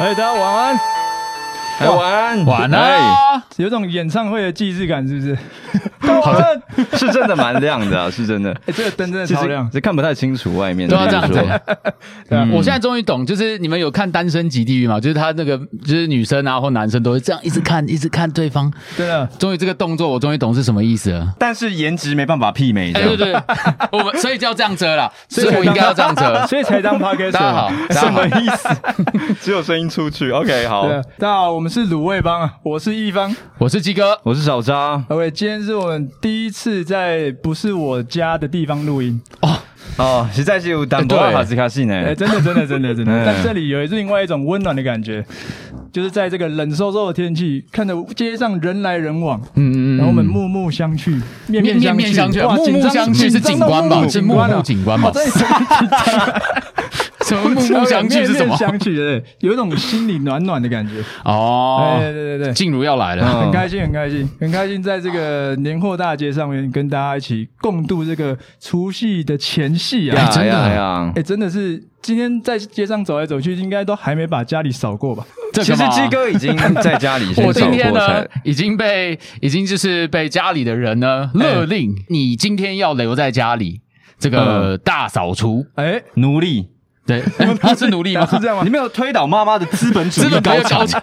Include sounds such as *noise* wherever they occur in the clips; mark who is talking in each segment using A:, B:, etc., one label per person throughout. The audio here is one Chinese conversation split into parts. A: 哎，大家晚安，
B: 哎，晚安，
C: 晚安，哦
A: 有种演唱会的既视感，是不是？
B: 好像是真的蛮亮的啊，是真的。
A: 哎，这个灯真的
B: 其
A: 超
B: 实
A: 亮
B: 其，实看不太清楚外面，
C: 都要啊这样
B: 比
C: 子
B: 如
C: *laughs*
B: 说。
A: 嗯
C: 啊我现在终于懂，就是你们有看《单身即地狱》吗？就是他那个，就是女生啊或男生都会这样一直看，一直看对方。
A: 真的。
C: 终于这个动作，我终于懂是什么意思了。
B: 但是颜值没办法媲美，这
C: 哎，
B: 样
C: 对对， *laughs* 对我们所以就要这样折了，所
A: 所以
C: 以我啊应该要这样 *laughs* 折。
A: *laughs* 所以才当 podcast。
C: 大家好，大
B: 什
C: 家好
B: 么，意思？只有声音出去。OK，好
A: 对，，啊大家好，我们是卤味帮啊，我是一方。
C: 我是鸡哥。
B: 我是小张
A: OK，今天是我们第一次在不是我家的地方录音，
B: 哦，实在是有单薄
C: 哎对
B: 哈斯卡西
A: 哎、
B: 呢。
A: 真的，真的，真的，真的
C: *laughs*
B: 嗯。
A: 但这里有另外一种温暖的感觉， *laughs* 就是在这个冷飕飕的天气，看着街上人来人往，
C: 嗯嗯嗯，
A: 然后我们目目相觑，面
C: 面面面
A: 相
C: 相
A: 觑，
C: 觑，
A: 哇
C: 目
A: 紧
C: 目
A: 张
C: 相觑是
A: 紧
C: 警
A: 张到
C: 官吧？是
A: 警
C: 目
A: 官啊
C: 目警官吧
A: 哦？真的
C: *laughs*
A: 是
C: 什么目目相觑是什
A: *laughs*
C: 么
A: 面面？相觑，对，有一种心里暖暖的感觉。
C: 哦
A: 哎，，对对对。
C: 静茹要来了。
B: 嗯
A: 很开心，很开心，很开心，在这个年货大街上面跟大家一起共度这个除夕的前夕啊！
C: 哎
B: 呀
C: 真的
B: 呀呀
A: 哎、！真的是今天在街上走来走去，应该都还没把家里扫过吧？
C: 这
B: 其
C: 个
B: 实
C: 嘛
B: 鸡哥已经在家里先
C: *laughs* 我
B: 走
C: 今天
B: 过
C: 呢
B: 才，
C: 已经被已经就是被家里的人呢
A: 哎
C: 勒令，你今天要留在家里，这
A: 嗯
C: 个大扫除。
A: 哎、
B: 奴隶。
A: *laughs*
C: 对，他是奴隶吗？
A: 是这样吗
B: 你？没有推倒妈妈的资本主
C: 资
B: 义
C: 本
B: 高
C: 没有 *laughs*
B: 潮
C: 高，潮，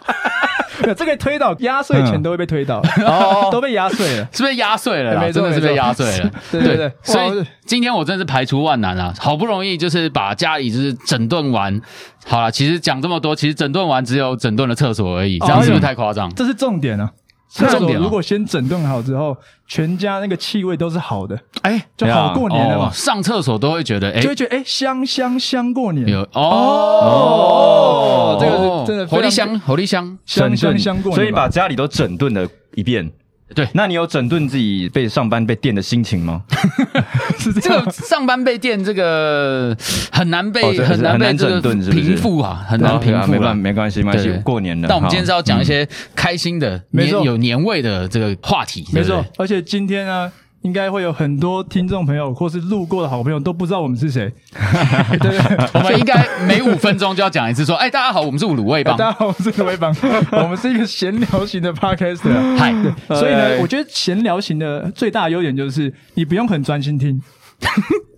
A: 没有这个推倒压岁钱都会被推倒，
C: *laughs* 哦
A: 都被压碎了。
C: 是被压碎了啦，
A: 哎没错
C: 真的是被
A: 没错。
C: 压碎了
A: *laughs* 对对对
C: 所
A: 哇
C: 以今天我真的是排除万难啊，好不容易就是把家里就是整顿完。好了，其实讲这么多，其实整顿完只有整顿了厕所而已，这样是不是太夸张？
A: 哎这是重点啊！
C: 是重
A: 厕
C: 点啊
A: 所如果先整顿好之后，全家那个气味都是好的，
C: 哎，
A: 就好过年了嘛，
C: 哦上厕所都会觉得哎
A: 就，会觉得哎、香香香过年。
C: 有哦
A: 哦这个是真的非常
C: 火力香，火力香，
A: 香
B: 整
A: 香
B: 顿
A: 香过年吧，
B: 所以把家里都整顿了一遍。
C: 对
B: 那你有整顿自己被上班被电的心情吗？
A: *laughs* 是这
C: *laughs* 这
A: 样
C: 个上班被电，这个很难被、
B: 哦这
C: 很难被
B: 很难
C: 这个
B: 整顿是不是
C: 平复啊，很难平
B: 啊
C: 复
B: 没
C: 啊
B: 办。没关系，没关系
C: 对，
B: 过年了。嗯
C: 但我
B: 哈
C: 们今天是要讲一些开心的、
A: 没
C: 年
A: 错
C: 有年味的这个话题，
A: 没
C: 对不对
A: 错。而且今天呢，应该会有很多听众朋友或是路过的好朋友都不知道我们是 *laughs* 谁，对不对？
C: 我们应该每五分钟就要讲一次，说：“哎，大家好，我们是卤味帮。
A: 大家好，我是威 *laughs* 邦，我们是一个闲聊型的 podcast 啊。
C: 嗨，
A: 所以
B: 哎
A: 呢，我觉得闲聊型的最大的优点就是你不用很专心听，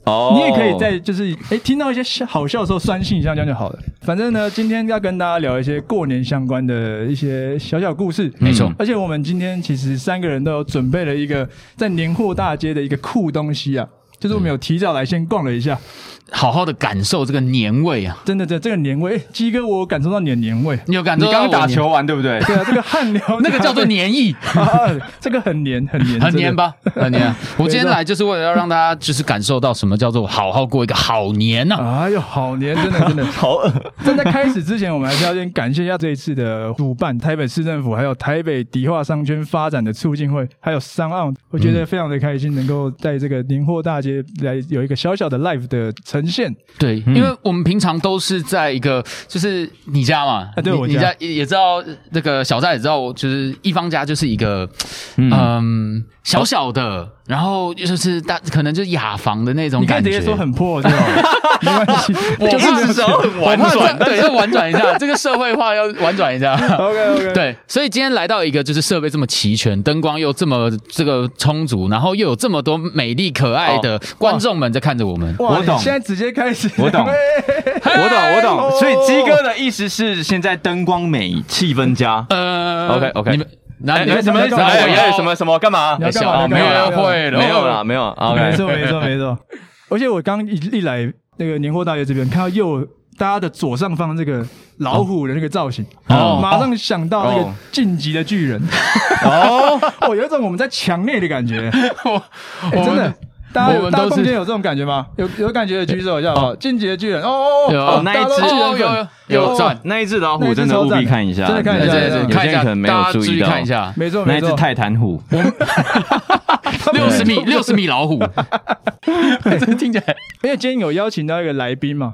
B: 哦
A: 你也可以在就是哎听到一些笑好笑的时候酸性一下，这样就好了。反正呢，今天要跟大家聊一些过年相关的一些小小故事，
C: 没错
A: 而且我们今天其实三个人都有准备了一个在年货大街的一个酷东西啊，就是我们有提早来先逛了一下，
C: 好好的感受这个年味啊！
A: 真的这这个年味，哎鸡哥我有感受到你的年味。
C: 你有感
B: 你
C: 受到
B: 刚
C: 我
B: 打
C: 年
B: 球完对不对？
A: *laughs* 对啊，这个汗流
C: 那个叫
A: *laughs*
C: 做年意，
A: 啊，这个很黏，很黏，
C: *laughs*
A: 真
C: 很
A: 的
C: 黏？吧，很黏啊。我今天来就是为了要让大家就是感受到什么叫做好好过一个好年啊呐。
A: 哎呦，好黏，真的真的。
B: 好呃恶，
A: 但在开始之前，我们还是要先感谢一下这一次的主办台北市政府，还有台北迪化商圈发展的促进会，还有商岸，我觉得非常的开心，能够在这个宁货大街来有一个小小的 live 的呈现。
C: 对，
A: 嗯
C: 因为我们平常都是在一个，就是你家嘛，
A: 啊对
C: 你
A: 我
C: 你
A: 家
C: 家也也知道，那个小寨也知道，我就是一方家就是一个，嗯、小小的，然后就是大可能就是雅房的那种
A: 你可以
C: 感
A: 直
C: 觉。
A: 接说很破，对吧？没关系，
C: 我
A: 就
C: 怕
A: 是
B: 时候很
C: 我
B: 婉
C: 怕这
B: 转，
C: 对，要婉转一下，这 *laughs* 个社会化要婉转一下。 *laughs*
A: OK OK。
C: 对，所以今天来到一个就是设备这么齐全，灯光又这么这个充足，然后又有这么多美丽可爱的
A: 哦
C: 观众们在看着我们。
A: 哇，
B: 我懂
A: 你现在直接开始，
B: 我
A: *laughs*
B: 懂
A: 哎
B: *laughs* 我懂我
A: 哦
B: 懂。所以鸡哥的意思是现在灯光美，气氛佳。
C: 呃
B: OK，OK
C: 你们那
B: 哎，
C: 你
B: 哎
C: 们
B: 什么
A: 你
B: 什
A: 们
B: 么
A: 哎
C: 我
B: 哎
C: 要
B: 什么什么干嘛
A: 你？要干
C: 小
A: 嘛？你
C: 没
A: 要
C: 有
A: 干嘛
C: 约会了
B: 没有啦，没有。
A: 没
B: OK，
A: 错，没错，没错。而且我刚一一来那个年货大街这边，看到右大家的左上方这个老虎的那个造型，
C: 哦
A: 马上想到那个
B: 哦
A: 晋级的巨人，
B: 哦，
A: 哦，有一 *laughs* 种我们在墙内的感觉，
C: 我
A: 哎真的。大家
C: 我
A: 有
C: 们
A: 大
C: 都
A: 家
C: 是
A: 中间有这种感觉吗？有有感觉的举手一下好不好？晋级的巨人，哦哦
C: 有
A: 哦
C: 啊
A: 哦，
B: 那一
A: 大家都是
B: 只
A: 巨人
C: 哦有有
A: 粉
C: 有
A: 哦哦
C: 赞
B: 那一只老
A: 那
B: 虎
A: 一只
B: 真的
A: 超
B: 务
A: 赞
B: 必看一下，
A: 真的看一
B: 对
A: 下
C: 对
A: 真
C: 对
A: 的
B: 有
C: 对，看
B: 些
C: 一
B: 人
C: 下，
B: 可能没
C: 大
B: 有
C: 家
B: 注
C: 注
B: 意
C: 意
B: 到
C: 看一。下，
A: *laughs* 没错
B: 那
A: 没
B: 一只
A: 错，
B: 泰坦虎，
C: 六十米六十米老虎，这听起来
A: 因为今天有邀请到一个来宾嘛，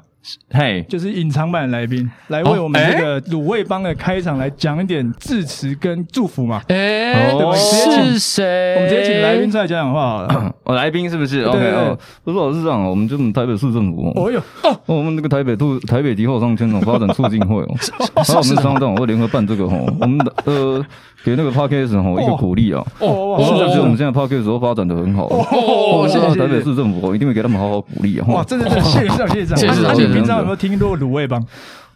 B: 嘿，
A: 就是隐藏版来宾，来为我们这个卤味帮的开场来讲一点致辞跟祝福嘛。
C: 哎
B: 哦
A: 我们直接请
C: 谁
A: 我们直接请来宾出来讲讲话好了。
D: 哦，来宾是不是？OK，
A: 对对
D: 哦，不是，我是这样，我们就是台北市政府，
A: 哦哟，
D: 哦我们那个台北兔台北敌后商圈哦，发展促进会
A: *laughs*
D: 哦，还有我们商党会联合办这个哦，我们的呃给那个 Parkes 哦一个鼓励啊，
A: 哇
D: 是
A: 哇
D: 我们现在 Parkes 都发展的很好，哦，
A: 谢谢谢谢
D: 台北市政府哦一定会给他们好好鼓励啊。
A: 哇，真的是谢谢长，谢谢长。
C: 谢谢长
A: 那
C: 谢
A: 你
C: 谢
A: 平常
D: 长
A: 有没有听过卤味帮？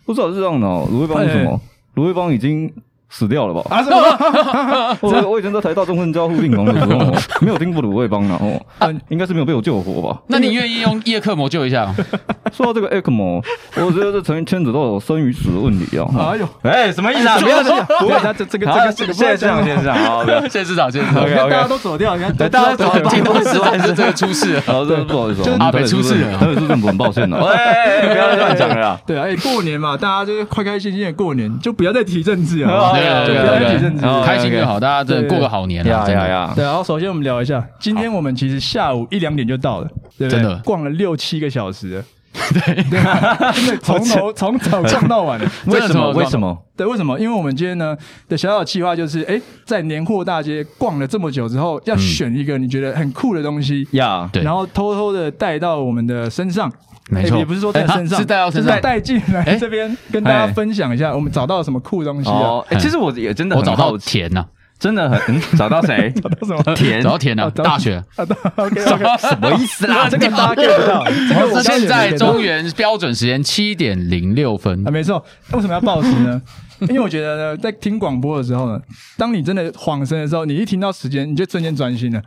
D: 不知道是这样的哦，卢卫邦是
A: 哎
D: 什么？卢卫邦已经死掉了吧？哦
A: 啊，什么？啊
D: 我我以前在台大中正交互病房的时候
A: *laughs*
D: 哦，没有听过卢卫邦啊，哦，
A: 嗯
D: 应该是没有被我救活吧？
C: 那你愿意用叶克膜救一下吗？
D: 说到这个 ECMO，我觉得这成牵扯到生与死的问题啊。
A: 哎呦，
B: 哎，什么意思啊？不要这样，
A: 不会，他这这个这
B: 好
A: 个
B: 谢
A: 这
B: 谢
A: 个不会
B: 谢
A: 这样
D: 啊
B: 长，谢谢长，好，不要。
C: 谢市长，谢市长，
A: 你看大家都走掉，你看
B: 对， *laughs* 大家走，
C: 听到实在 *laughs* 是这个出事了。
D: 然后这不好意思
A: 就是
D: 哦，我们
C: 阿北出事了
D: 台北市政府很抱歉的。
B: 喂，哎不要乱讲了啦。
A: 对啊，哎，过年嘛，大家就是快开心心的过年，就不要再提政治啊。
C: 对
A: 对
C: 对
A: 不要再提
C: 对
A: 政
C: 对
A: 治
C: 对，开心就好，大家
A: 对
C: 真
A: 对
C: 的过个好年啊！
B: 呀
C: 真
B: 呀
C: 的，
B: 呀！
A: 对，然后首先我们聊一下，今天我们其实下午一两点就到了，对不对？
C: 真的
A: 逛了六七个小时了，对，真的从头从早逛到晚。
D: 为
C: 真的
D: 什
C: 怎
D: 么？
C: 么
D: 为什么？
A: 对，为什么？因为我们今天呢的小小计划就是，哎，在年货大街逛了这么久之后，要选一个你觉得很酷的东西，
D: 呀，
C: 嗯对
A: 然后偷偷的带到我们的身上，
C: 没
A: 诶
C: 错
A: 也不是说带身上，
C: 哎啊是带到身上
A: 就是带进来
C: 哎
A: 这边跟大家分享一下我们找到了什么酷东西啊
D: 哦，，哎其实我也真的
C: 我
D: 很
C: 找到
D: 好奇
C: 田呐，
D: 真的很嗯找到谁？
A: 都什么
D: 田
C: 找到田呐，
A: 哦找到
C: 大学。
A: 啊？OK OK，
D: 什么意思啦？
A: *laughs* 这个大家 get 不
C: *laughs*
A: 到，这个我
C: 啊现在
A: 终
C: 中原标准时间七点零六分
A: 啊，，没错。为什么要报时呢？ *laughs* 因为我觉得呢，在听广播的时候呢，当你真的恍神的时候，你一听到时间，你就瞬间专心了。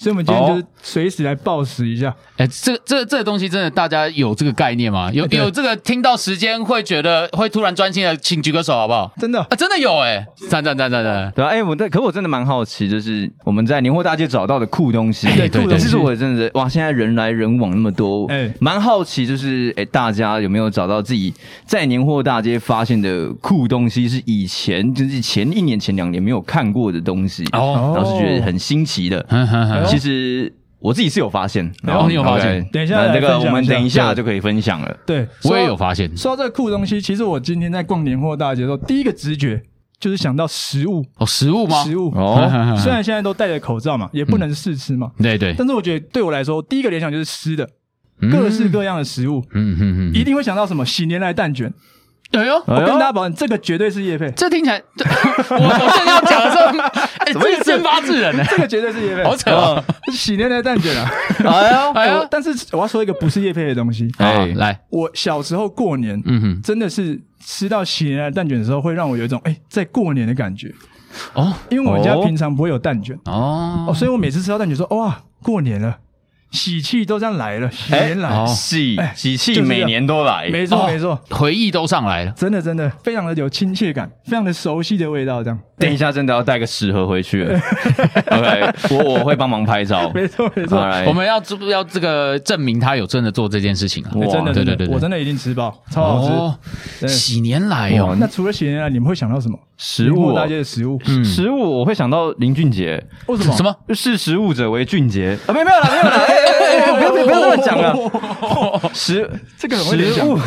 A: 所以，我们今天
C: 哦
A: 就是随时来报时一下。
C: 哎，这这这个东西真的大家有这个概念吗？有
A: 哎
C: 有这个听到时间会觉得会突然专心的，请举个手好不好？
A: 真的
C: 啊，真的有哎，赞赞赞赞赞！
D: 对啊，哎，我但可我真的蛮好奇，就是我们在年货大街找到的酷东西。
C: 对对对
D: 其实我真的哇，现在人来人往那么多，
A: 哎
D: 哎，蛮好奇，就是哎，大家有没有找到自己在年货大街发现的酷东西？是以前就是前一年、前两年没有看过的东西，
C: 哦嗯
D: 然后是觉得很新奇的。
C: 哼哼哼
A: 哎呦
D: 其实我自己是有发现，
C: 哎
A: 哦
C: 呦你有发现
D: OK，
A: 等一下
D: 那这
A: 来
D: 个
A: 分享
D: 我
A: 一
D: 们
A: 下
D: 等一下
A: 对
D: 就可以分享了。
A: 对，
C: 我也有发现，
A: 说到这个酷东西，其实我今天在逛年货大街的时候，第一个直觉就是想到食物，
C: 哦，食物吗？
A: 食物。
D: 哦，
A: 虽然现在都戴着口罩嘛，也
C: 嗯
A: 不能试吃嘛，
C: 对对，
A: 但是我觉得对我来说，第一个联想就是吃的，
C: 嗯
A: 各式各样的食物，
C: 嗯嗯
A: 一定会想到什么喜年来蛋卷。
C: 嗯，哎呦，
A: 我跟大家保证，这个绝对是叶配，
C: 这听起来， *laughs* 对我我正要讲的时
A: *laughs*
C: 候，哎，这个先发制人呢，
A: 这个绝对是叶配，
C: 好扯哦！
A: 这喜年来蛋卷啊！
D: 哎呦，
C: 哎
A: 我
C: 呀，
A: 但是我要说一个不是叶配的东西，
C: 好
D: 哎
C: 来，
A: 我小时候过年，
C: 嗯哼，
A: 真的是吃到喜年来蛋卷的时候，会让我有一种哎、在过年的感觉，
C: 哦
A: 因为我们家
D: 哦
A: 平常不会有蛋卷。哦，
C: 哦，
A: 所以我每次吃到蛋卷说哇，过年了，喜气都这样来了，喜年来，
C: 哎哦
D: 喜
A: 哎
D: 喜
A: 就
D: 气
A: 是这
D: 每
A: 样
D: 年都来，
A: 没错
C: 哦
A: 没错，
C: 回忆都上来了。
A: 真的真的非常的有亲切感，非常的熟悉的味道，这样
D: 等一下，真的要带个食盒回
A: *laughs*
D: 去了。OK，我我会帮忙拍照。
A: 没错没错，
D: Alright
C: 我们要这要这个证明他有真的做这件事情啊！
A: 哎真的真
C: 对对
A: 的
C: 对，对
A: 我真的一定吃饱，超好
C: 哦，
A: 吃。对
C: 喜年来哦，
A: 那除了喜年来，你们会想到什么？
D: 食物
A: 年货
D: 哦
A: 大，街的食物，
C: 嗯
D: 食物我会想到林俊杰，
A: 为什么？
C: 什？么？
D: 视食物者为俊杰啊！没有没有了，没
A: *laughs*
D: 有了，哎哎哎哎不要不要不要乱讲
A: 啊
D: 了。食
A: 这个很会联
D: 食
A: 想
D: 物，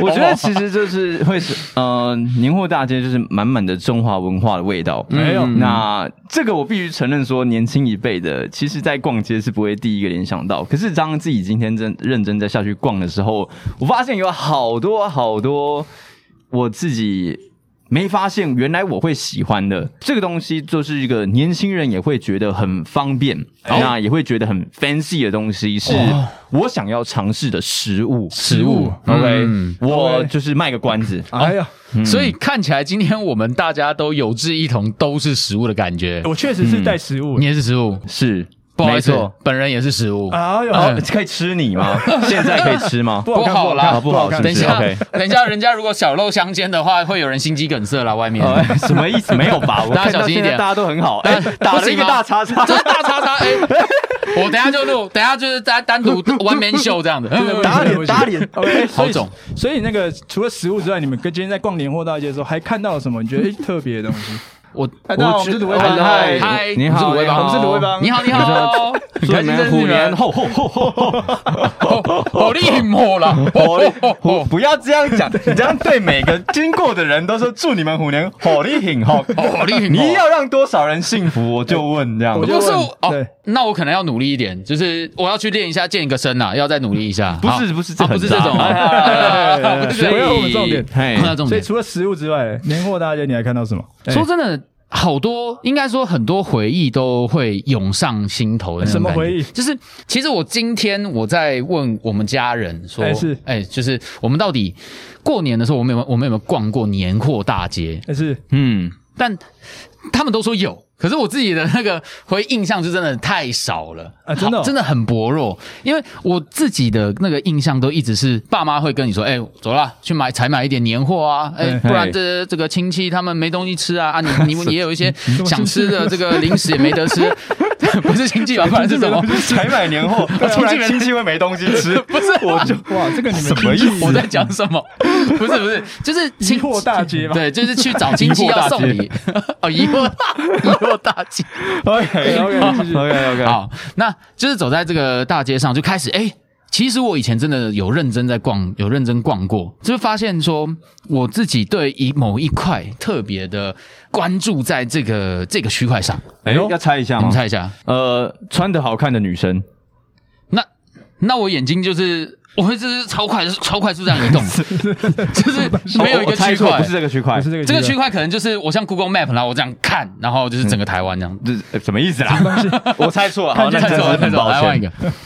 D: 我觉得其实就是会是呃，年货大街就是满满的中华文化的味道。
A: 没有
C: 嗯
D: 那这个我必须承认，说年轻一辈的，其实在逛街是不会第一个联想到。可是当自己今天真认真在下去逛的时候，我发现有好多好多我自己没发现，原来我会喜欢的这个东西，就是一个年轻人也会觉得很方便，那也会觉得很 fancy 的东西，是我想要尝试的食物。
C: 食物
D: ，OK，、
C: 嗯
D: 我
A: OK
D: 就是卖个关子。
C: 哦
A: 哎呀，
D: 嗯
C: 所以看起来今天我们大家都有志一同，都是食物的感觉。
A: 我确实是带食物
C: 你，也是食物，
D: 是，
C: 不好意思
D: 没错，
C: 本人也是食物。
A: 哎呦，
D: 哦，可以吃你吗？现在可以吃吗？
A: 不好看
C: 好啦，
D: 啊不好
A: 看
D: 是不
C: 等一
D: 是
C: 下
D: OK，
C: 等一下，人家如果小肉相间的话，会有人心肌梗塞啦。外面
D: 呃，什么意思？没有吧？我
C: 大家
D: 看到
C: 小心一
D: 现在
C: 点
D: 大家都很好，哎，打了一个大叉叉
C: 啊这，是大叉叉，哎，我等一下就录，等一下就是单单独 one man show 这
D: *laughs*
C: 样的。
A: 不行
D: 打
A: 不
D: 脸
A: 行
D: 打脸。
A: OK，所以
C: 好肿。
A: 哎
C: *laughs*
A: 所以那个除了食物之外，你们跟今天在逛年货大街的时候，还看到了什么？你觉得诶特别的东西？
C: 我
A: 哎大家好我
C: 觉
A: 们是卤味
D: 帮
C: 嗨
D: 哦嗨
C: 嗨，
D: 你好
C: 我是卤味帮，
D: 我们是
A: 卤味帮
C: 你好，你好，
D: 所以你们虎年后后后后后，
C: 哦好厉害了，
D: 哦
C: 哦
D: 虎不要这样讲，你这样对每个经过的人都说祝你们虎年火力挺好。
C: 好厉害，
D: 你要让多少人幸福，我就问这样
A: 我。就
C: 不是
A: 问
C: 哦
A: 对，
C: 那我可能要努力一点，就是我要去练一下健一个身啊，要再努力一下。
D: 不是
C: 好
D: 不是这
C: 啊不是这
D: 很
C: 种
D: 杂
C: 啊，不是
A: 回到我们重点
C: 回到重
A: 所以
C: 点。
A: 除了食物之外，年货大街你还看到什么？哎
C: *laughs* 说真的，好多应该说很多回忆都会涌上心头的那种
A: 什么
C: 感觉
A: 回忆
C: 就是其实我今天我在问我们家人说，
A: 哎是
C: 哎，就是我们到底过年的时候，我们有没有我们有没有逛过年货大街？
A: 但哎是
D: 嗯，
C: 但他们都说有，可是我自己的那个回印象是真的太少了
A: 啊真的哦
C: 好真的很薄弱。因为我自己的那个印象都一直是爸妈会跟你说：“哎、走啦，去买采买一点年货啊，哎、
A: 嗯
C: 不然这这个亲戚他们没东西吃啊，
A: *laughs*
C: 啊你你们也有一些想吃的这个零食也没得吃，
A: *laughs*
C: 不是亲戚吧？不然是什么？
D: *laughs* 才买年货，不然亲戚会没东西 *laughs* 吃。
C: 不是我就
A: 哇，这个你们
D: 什么意思
C: 我在讲什么？ *laughs* 不是不是，就是亲
A: 疑惑大街吧
C: 对，就是去找亲戚要送礼 *laughs* 哦，疑惑大疑惑大街。
D: *laughs* *laughs* OK
A: OK，继续
D: OK OK，
C: 好，那就是走在这个大街上就开始哎。其实我以前真的有认真在逛，有认真逛过，就是发现说我自己对一某一块特别的关注在这个这个区块上。
D: 哎，要猜一下
C: 你
D: 吗
C: 们？猜一下？
D: 呃，穿的好看的女生，
C: 那那我眼睛就是我会就是超快超快速这样
D: *laughs*
C: 移动，就是没有一
D: 我哦
C: 个
D: 我猜
C: 区
D: 错，
C: 块
D: 不是，这个区块
A: 不是，这个
C: 这个区
A: 块
C: 块可能就是我像 Google Map，然后我这样看，然后就是整个台湾这样。
D: 这呃什么意思啦？ *laughs* 我猜错了，好，那
C: 太
D: 真
C: 走
D: 的
C: 了，太
D: 很
C: 走了，
D: 抱
C: 来换一
D: 歉。
C: 个
D: *laughs*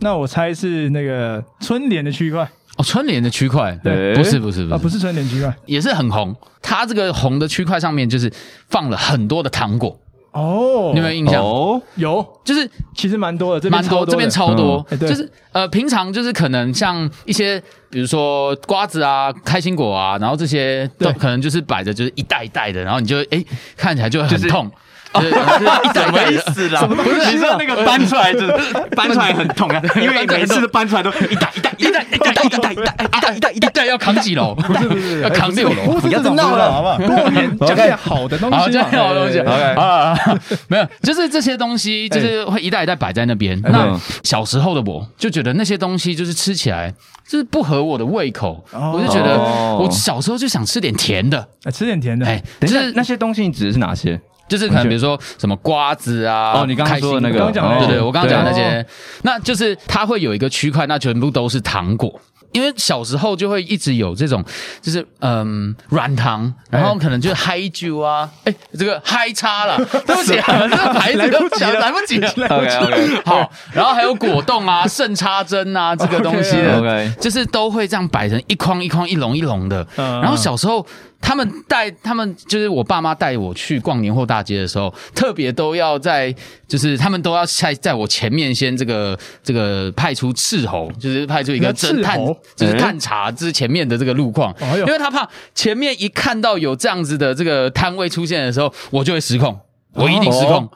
A: 那我猜是那个春联的区块啊，
C: 哦，春联的区块，
D: 对
C: 不是不是不是
A: 不，是春联区块
C: 也是很红。它这个红的区块上面就是放了很多的糖果，
A: 哦
C: 你有没有印象？
D: 哦，
A: 有，
C: 就是
A: 其实蛮多的，这边
C: 蛮多，
A: 的
C: 这边超多，
A: 嗯哎对
C: 就是呃，平常就是可能像一些，比如说瓜子啊、开心果啊，然后这些都
A: 对
C: 可能就是摆着，就是一袋一袋的，然后你就哎看起来就会
D: 就
C: 很
D: 是
C: 痛，就是就是一袋
D: 哎什
C: 一
D: 么啊
C: 袋
D: 意
C: 的。
D: 思啦？不是你说那个搬出来，就是搬出来很痛 *laughs* 啊，因为每次搬出来都一打一打一打一打一打一打一打一打一打一
C: 一袋要扛几楼？不是不是，要
D: 哎
C: 扛六楼。
A: 不要再闹了，好不好？ *laughs* 过年讲点好的东西嘛，
C: 好，这样好东西
A: 对对对
C: 啊啊，啊没有，就是这些东西，
D: 哎
C: 就是会一代一代摆在那边。
D: 嗯
C: 那小时候的我就觉得那些东西就是吃起来就是不合我的胃口，
A: 哦
C: 我就觉得
D: 哦
C: 我小时候就想吃点甜的，
A: 哎吃点甜的，
C: 哎，
D: 等
C: 就
D: 一下
C: 是，
D: 那些东西你指的是哪些？
C: 就是可能比如说什么瓜子啊，
D: 哦你刚刚说的那个哦
C: 开心
A: 刚刚讲
C: 果
A: 的那
C: 对
A: 些
C: 对，我啊刚刚讲的那
A: 对
C: 些，那就是它会有一个区块，那全部都是糖果。因为小时候就会一直有这种，就是嗯软糖，然后可能就是嗨酒啊，哎、这个嗨叉啦，对不起、啊，这个牌子都讲 *laughs* 来不及了。
D: OK OK
C: *laughs* 好，然后还有果冻啊、圣插针啊这个东西的
D: OK
C: 就是都会这样摆成一筐一筐、一笼一笼的。
A: 嗯
C: 然后小时候他们带他们就是我爸妈带我去逛年货大街的时候，特别都要在就是他们都要在在我前面先这个这个派出斥候，就是派出一个
A: 那斥
C: 侦探
A: 候，
C: 就是探查之前面的这个路况，
A: 哎呦
C: 因为他怕前面一看到有这样子的这个摊位出现的时候，我就会失控，我一定失控。
A: 哦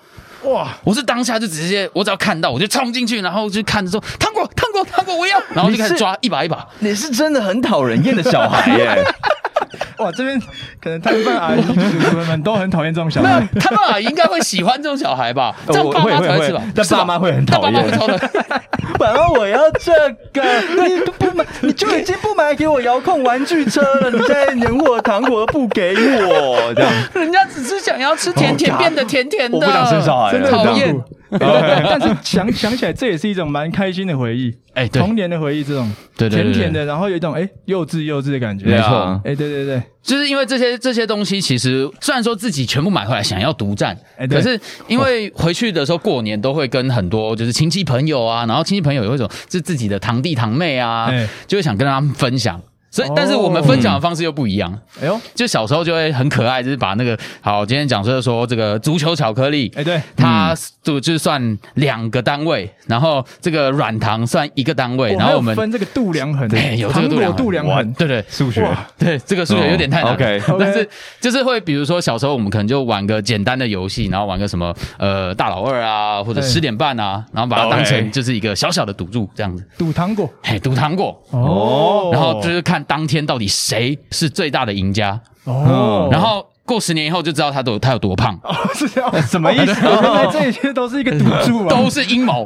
A: 哇，
C: 我是当下就直接，我只要看到我就冲进去，然后就看着说糖果糖果糖果我要，然后就开始抓一把一
D: *laughs*
C: 把。
D: *laughs* 你是真的很讨人厌的小孩 *laughs* 耶！
A: 哇，这边可能摊贩阿姨、主厨们都很讨厌这种小
C: 没有 *laughs*
A: 孩，，
C: 他爸爸应该会喜欢这种小孩吧？这
D: *laughs*
C: 样
D: 我
C: 爸妈
D: 会
C: 才
D: 会
C: 吃吧
D: 会？但
C: 是吧
D: 爸妈会很
C: 但爸妈
D: 讨
C: 会
D: 厌
C: 超的。 *laughs*
D: 爸爸，我要这
A: *laughs*
D: 个，你不买，你就已 *laughs* 经不买给我遥控玩具车了，你现在连我的糖果都不给我，这样
C: 人家只是想要吃甜甜变得甜甜的，
D: 哦我不想生小孩
A: 真的
D: 了，
A: 很
C: 讨厌
A: 痛苦。但是想想起来，这也是一种蛮开心的回忆，
C: 哎对
A: 童年的回忆，这种
C: 对对
A: 甜
C: 对对
A: 甜的，然后有一种哎幼稚幼稚的感觉，
D: 没
C: 对
D: 错
C: 啊。
A: 哎，对对对，
C: 就是因为这些这些东西，其实虽然说自己全部买回来想要独占，
A: 哎对
C: 可是因为回去的时候过年都会跟很多就是亲戚朋友啊，然后亲戚朋友有一种是自己的堂弟堂妹啊
A: 哎，
C: 就会想跟他们分享。所以
A: 哦，
C: 但是我们分享的方式又不一样。
A: 哎呦，
C: 就小时候就会很可爱，就是把那个好，今天讲说说这个足球巧克力，
A: 哎对，
C: 它就就算两个单位，然后这个软糖算一个单位，
A: 哦
C: 哎然
A: 还
C: 后
A: 有
C: 我们
A: 分这个度量衡，
C: 对有这个
A: 糖
C: 度量
A: 果
C: 衡
A: 度量衡，
C: 对对
D: 数学
A: 哇
C: 对，这个数学有点太难了。
D: 哦，OK
C: *laughs* 但是就是会，比如说小时候我们可能就玩个简单的游戏，然后玩个什么呃大老二啊，或者
A: 对
C: 十点半啊，然后把它当
D: OK
C: 成就是一个小小的赌注这样子，
A: 赌糖果
C: 嘿，赌糖果。
A: 哦
C: 然后就是看当天到底谁是最大的赢家，
A: 哦，
C: 然后过十年以后就知道他多他有多胖，
A: 哦，是这样， *laughs*
D: 什么意思？
A: 哦原来这一切都是一个赌注啊！
C: *laughs* 都是
A: *laughs*
C: 阴谋。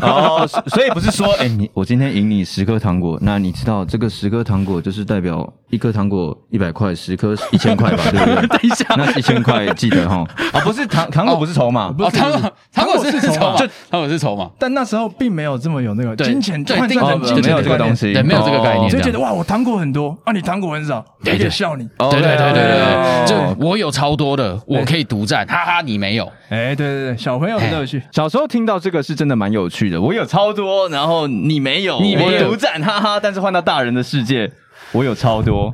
D: 哦，所所以不是说，哎、你我今天赢你十颗糖果，那你知道这个十颗糖果就是代表一颗糖果一百块，十颗一千块 *laughs* 吧，对不对？
C: 等一下，
D: 那一千块记得 *laughs* 哈，啊，不是糖糖果不是筹码，
C: 哦，糖果糖果是啊
A: 糖果是啊
C: 筹
A: 筹
C: 码
A: 码，
C: 糖果是筹码。
A: 但那时候并没有这么有那个
C: 对
A: 金钱
C: 对
A: 换
C: 定
A: 算
C: 哦
A: 成金
C: 对
A: 钱
D: 没有
A: 的
D: 这个
A: 概念
D: 东西，
C: 对没有这个概念
A: 就
C: 这
A: 觉
C: 样
A: 得哇，我糖果很多啊，你糖果很少，
C: 对
A: 有
C: 对
A: 点笑你。
D: 哦
C: 对对对对对，
D: 哦
C: 就我有超多的，我可以独占，哈哈，你没有。
A: 哎，对对对，小朋友很有趣。
D: 小时候听到这个是真的蛮有趣的，我有超多，然后你没有，
C: 你没有
D: 我独占，哈哈。但是换到大人的世界，我有超多。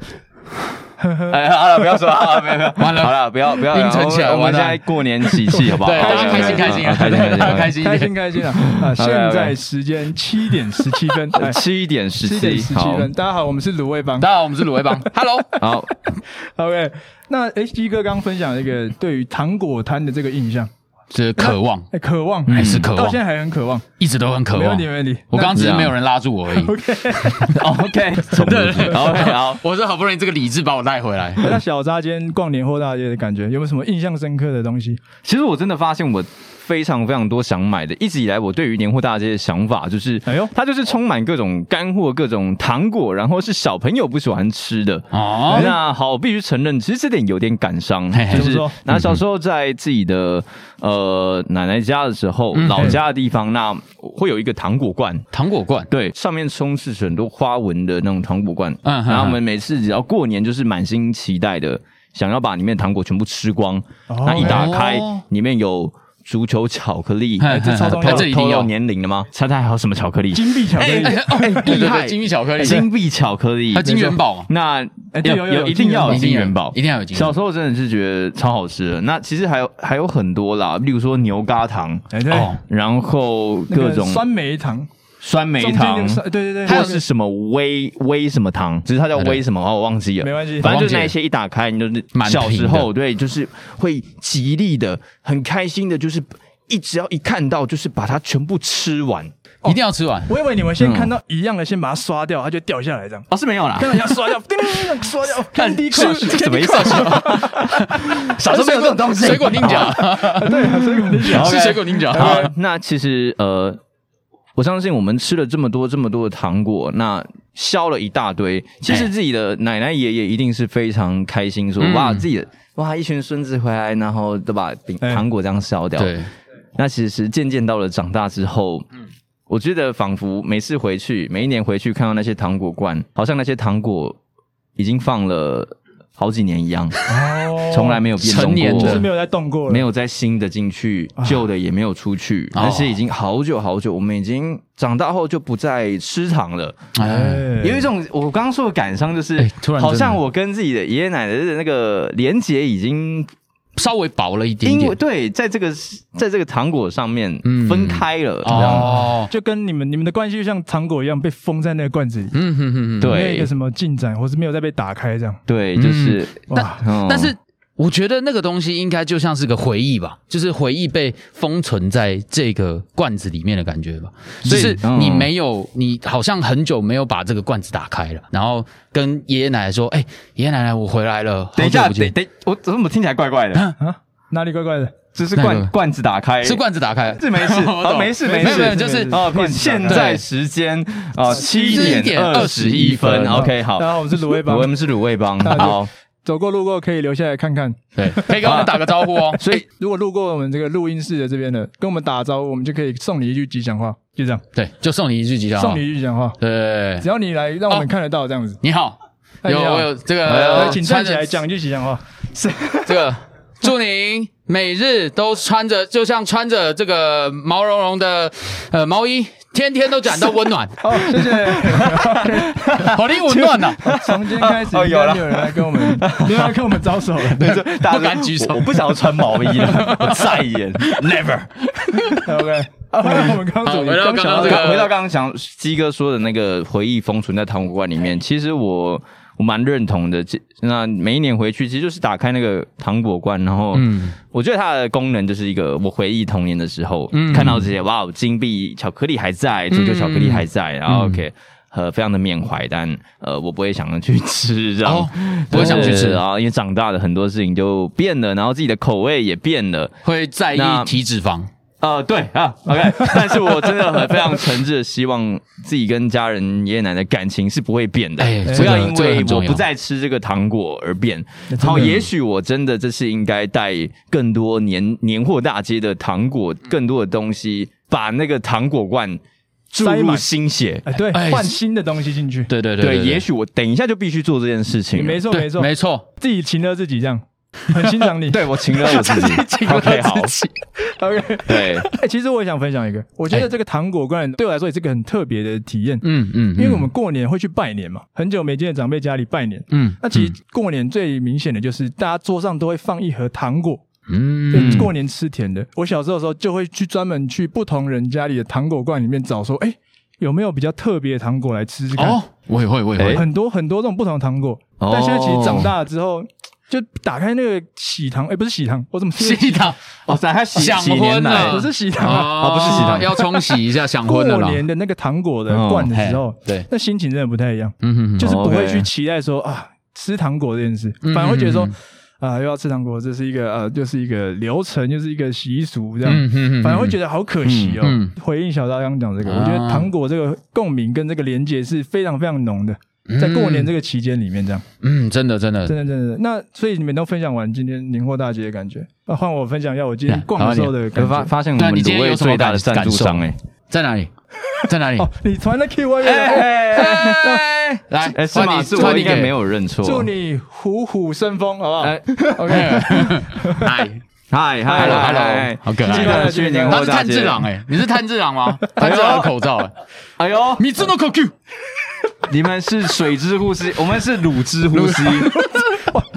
D: 哎，好了，不要说了，好了，没有没有，
C: 完了
D: 好了，不要不要，
C: 硬撑起来
D: 我们我们
C: 完了
D: 现在过年喜气，好不好？
C: 对，大家开心开心啊，
D: 开心
C: 大家
D: 开
C: 开
D: 心。
C: 心一
A: 开
C: 点
A: 心。开
C: *laughs*
A: 心啊！啊，现在时间七点十七分，哎
D: 七点十
A: 七点十七
D: 七，好，
A: 分。大家好，我们是卤味帮。
C: 大家好，我们是卤
A: *laughs*
C: 味帮，Hello。
D: 好，
A: OK，那 H G 哥刚分享了一个对于糖果摊的这个印象，
C: 这渴望
A: 哎，渴望
C: 还是渴
A: 到
C: 望
A: 现，在还很渴望。
C: 一直都很渴
A: 没
C: 望
A: 问题，。没问题。
C: 我刚刚只是
D: 那
C: 没有人拉住
D: *laughs*
C: 我而已。
D: OK，宠物机，OK，好。
C: 我是好不容易这个理智把我带回
D: *laughs*
C: 来。
A: *laughs* 那那小扎今天逛年货大街的感觉，有没有什么印象深刻的东西？
D: 其实我真的发现我非常非常多想买的，一直以来我对于年货大街的想法就是，
A: 哎
D: 哎
A: 呦
D: 呦，它就是充满各种干货、各种糖果，然后是小朋友不喜欢吃的。
C: 哦，
D: 那好，我必须承认，其实这点有点感伤，
C: 嘿嘿
A: 怎么
D: 就是
A: 说
D: 那小时候在自己的呃奶奶家的时候，老家的地方，那会有一个糖果罐，
C: 糖果罐，
D: 对，上面充斥着很多花纹的那种糖果罐。
C: 嗯哼
D: 然后我
C: 哼
D: 们每次只要过年，就是满心期待的，想要把里面的糖果全部吃光。
A: 哦
D: 那一打开
C: 哦，
D: 里面有足球巧克力，
C: 哎
A: 这超重
C: 哎
A: 要
C: 这一定
D: 透露
C: 要。
D: 年龄了吗？猜猜还有什么巧克力？
A: 金币巧克力，
C: 哎哦对对
D: 厉
C: 对，
D: 害
C: 金币巧克力，哦
D: 金币巧克力
C: 它，金元宝嘛，
D: 那
A: 哎对
D: 要
A: 有有有
D: 一定要有
C: 金
D: 金
C: 元
D: 元宝
C: 一。定要有金元
D: 小
C: 宝。
D: 时候真的是觉得超好吃的。那其实还有还有很多啦，例如说牛轧糖，
A: 哎对，
C: 哦
D: 然后
A: 那个
D: 各种
A: 酸梅糖，
D: 酸梅
A: 中间那
D: 糖
A: 个，酸对对对，
D: 或是什嗯么微微什么糖，只是它叫微什么，哦，我忘记了，
A: 没关系
D: 反正就是那一些一打开，你就是
C: 蛮平的
D: 小时候对，就是会极力的、很开心的，就是一只要一看到，就是把它全部吃
A: *laughs*
D: 完。
C: 一定要吃完。
A: 我以为你们先看到一样的，先把它刷掉，它就掉下
D: *laughs*
A: 来这样。
D: 哦，是没有啦
C: 啊
A: 看到一样刷掉，叮叮叮刷掉，Candy
C: 是
A: Crush，
D: 什么意思？小时候没有这种东西。
C: 水果ninja，
D: *laughs*
A: 对啊，所以我就想，
C: 是水果 ninja。
D: 好，那其实呃，我相信我们吃了这么多这么多的糖果，那削了一大堆，其
C: 哎
D: 实自己的奶奶爷爷一定是非常开心说，
C: 嗯
D: 哇，自己的哇一群孙子回来，然后都把饼
A: 哎
D: 糖果这样削掉。
C: 对，
D: 那其实渐渐到了长大之后，
C: 嗯
D: 我觉得仿佛每次回去，每一年回去看到那些糖果罐，好像那些糖果已经放了好几年一样，
A: 哦
D: 从来没有变
C: 成
D: 动
C: 年
D: 过
C: 的啊
A: 就是没有再动过了，
D: 没有再新的进去，旧的也没有出去，
C: 哦
D: 那些已经好久好久，我们已经长大后就不再吃糖了。
C: 哎，
A: 哎，
D: 有一种我刚刚说的感伤，就是、
C: 哎突然真的
D: 好像我跟自己的爷爷奶奶的那个连结已经
C: 稍微薄了一点
D: 因为
C: 点。
D: 对，在这个在这个糖果上面
C: 嗯
D: 分开了，这样
C: 哦，
A: 就跟你们你们的关系就像糖果一样被封在那个罐子里，
C: 嗯哼哼
A: 没
C: 哼，
A: 有一
D: 对
A: 个什么进展，或是没有再被打开这样。
D: 对，就是。
A: 哇，
D: 嗯
C: 但是我觉得那个东西应该就像是个回忆吧，就是回忆被封存在这个罐子里面的感觉吧。就是
D: 嗯
C: 你没有，你好像很久没有把这个罐子打开了，然后跟爷爷奶奶说：“哎、爷爷奶奶，我回来了。好久
D: 等一下，
C: 不见
D: 等等，我怎么听起来怪怪的？
A: 哪里怪怪的？
D: 只是
C: 那个
D: 罐罐子打
A: 哎
D: 开，
C: 是罐子打开，
D: 是没事
C: 我懂
D: 哦没事
C: 没
D: 没
C: 有
D: 事
C: 没有，就是
D: 哦，
A: 罐子打开
D: 现在时间啊七
C: 7
D: 点
C: 点
D: 二十一分
C: 嗯
D: ，OK，好
A: 大，家好，我们是卤味帮
D: 我，们是卤味帮，
A: 那就
D: 好，
A: 走过路过可以留下来看看。
C: 对，可以跟我们打个招呼哦。
A: *laughs* 所以如果路过我们这个录音室的这边的，跟我们打招呼，我们就可以送你一句吉祥话，就这样，
C: 对，就送你一句吉祥话
A: 送你。一句吉祥话，
C: 对，
A: 只要你来让我们看得到这样子。
C: 你好，
A: 哎
C: 有
A: 你好
C: 我有这个，
D: 哦哎
A: 来，
C: 呃
A: 请
C: 穿
A: 站
C: 着
A: 起来讲一句吉祥话。
C: 这个，祝您每日都穿着，就像穿着这个毛茸茸的呃毛衣，天天都感到温暖，
A: 好，谢谢。
C: 好令温暖呐、
A: *laughs* 从今天开始，
D: 哦
A: 应该
D: 有了
A: 没有人来跟
D: *laughs*
A: 我们，没有人来跟我们招手了。
D: 大家
C: 不敢举手
D: 我我不想要穿毛衣了，我再演 never。
A: OK，啊我们刚刚
C: 好
A: 走，
C: 回到刚刚这
D: 回
C: 个
D: 到回到刚刚想鸡哥说的那个回忆封存在糖果罐里面，其实我我蛮认同的。其那每一年回去，其实就是打开那个糖果罐，然后
C: 嗯
D: 我觉得它的功能就是一个我回忆童年的时候，
C: 嗯嗯
D: 看到这些哇，金币巧克力还在，足球巧克力还在，然后 OK。呃非常的缅怀，但呃我不会想着去 *laughs* 吃这样，
C: 哦不会想去吃
D: 对啊，因为长大了很多事情就变了，然后自己的口味也变了。
C: 会在
D: 那
C: 意体脂肪。
D: 呃，对啊，OK，但 *laughs* 是我真的很非常诚挚的希望自己跟家人、爷爷奶奶感情是不会变的，
C: 哎
D: 不
C: 这
D: 要
C: 个
D: 因
C: 这个
D: 为
C: 很重
D: 我
C: 要
D: 不再吃这个糖果而变。然后，也许我真的这是应该带更多年年货大街的糖果，更多的东西，把那个糖果罐注
A: 塞
D: 入
A: 满
D: 心血。
A: 哎，对，
C: 哎
A: 换新的东西进去，
C: 对对对
D: 对，也许我等一下就必须做这件事情了。
A: 没错
C: 对
A: 没错，
C: 没错，
A: 自己请了自己这样，很欣赏你。
D: 对我请了我 *laughs* 自己
C: 请了
D: OK，好，
C: 自己
A: *laughs* ，OK，
D: 对，
A: *laughs* 哎、其实我也想分享一个，我觉得这个糖果罐对我来说也是个很特别的体验，
C: 嗯嗯，
A: 因为我们过年会去拜年嘛，很久没见的长辈家里拜年。
C: 嗯，
A: 那其实过年最明显的就是大家桌上都会放一盒糖果，
C: 嗯
A: 就过年吃甜的。我小时候的时候就会去专门去不同人家里的糖果罐里面找说，哎、有没有比较特别的糖果来吃吃看？
C: 哦，我也会，我也
D: 哎
C: 会，
A: 很多很多这种不同的糖果，
D: 哦
A: 但现在其实长大了之后，就打开那个喜糖，哎、不是喜糖，我怎么听
C: 洗澡
D: 哦，咱还喜
C: 想
D: 喜年
C: 婚
D: 奶
C: 了
A: 不是喜糖啊？
C: 啊
D: 不是洗澡
C: 要冲洗一下，想
A: 过
C: 婚了啦。
A: 年的那个糖果的罐的时候
C: 嗯，嘿对
A: 那心情真的不太一样，
C: 嗯哼哼，
A: 就是不会
D: OK
A: 去期待说啊吃糖果这件事，
C: 嗯
A: 反而会觉得说
C: 嗯
A: 啊、又要吃糖果，这是一个呃，就是一个流程，就是一个习俗这样。
C: 嗯哼哼，
A: 反而会觉得好可惜哦。
C: 嗯
A: 回应小刀刚刚讲这个，
C: 啊
A: 我觉得糖果这个共鸣跟这个连接是非常非常浓的，
C: 得
A: 在过年这个期间里面，这样
C: 嗯，真的真的
A: 真的真的。那所以你们都分享完今天年货大街的感觉，那换我分享一下我今天逛的时候的感
D: 可发
A: 觉。
D: 发现我
C: 那
D: 们
C: 啊你今
D: 卤
C: 天
D: 味
C: 有什么
D: 最大
C: 感
D: 的赞助
C: 感受
D: 商哎、
C: 在哪里？在哪里？
A: 哦，你传的 Q 外面，
C: *laughs*
A: 哦
D: 哎，
C: 来，
D: 哎，是
C: 换
D: 吗？
C: 你
D: 是
C: 换
D: 我
C: 你
D: 应该
C: 给
D: 没有认错。
A: 祝你虎虎生风，好不好？
D: 哎
C: *laughs*
A: OK，
C: 嗨
D: 嗨嗨
C: ，hello
D: 嗨
C: hello，
D: 嗨
C: 好可
D: 记
A: 进
C: 爱。
A: 来
D: 得去年
C: 他
D: 货
C: 是
D: 大
C: 炭治
D: 街。
C: 郎哎，你是炭治郎吗？炭治郎的口罩哎，
D: 哎呦，
C: 米字诺口 Q，
D: 你们是水之呼吸，我们是乳之呼吸。 *laughs*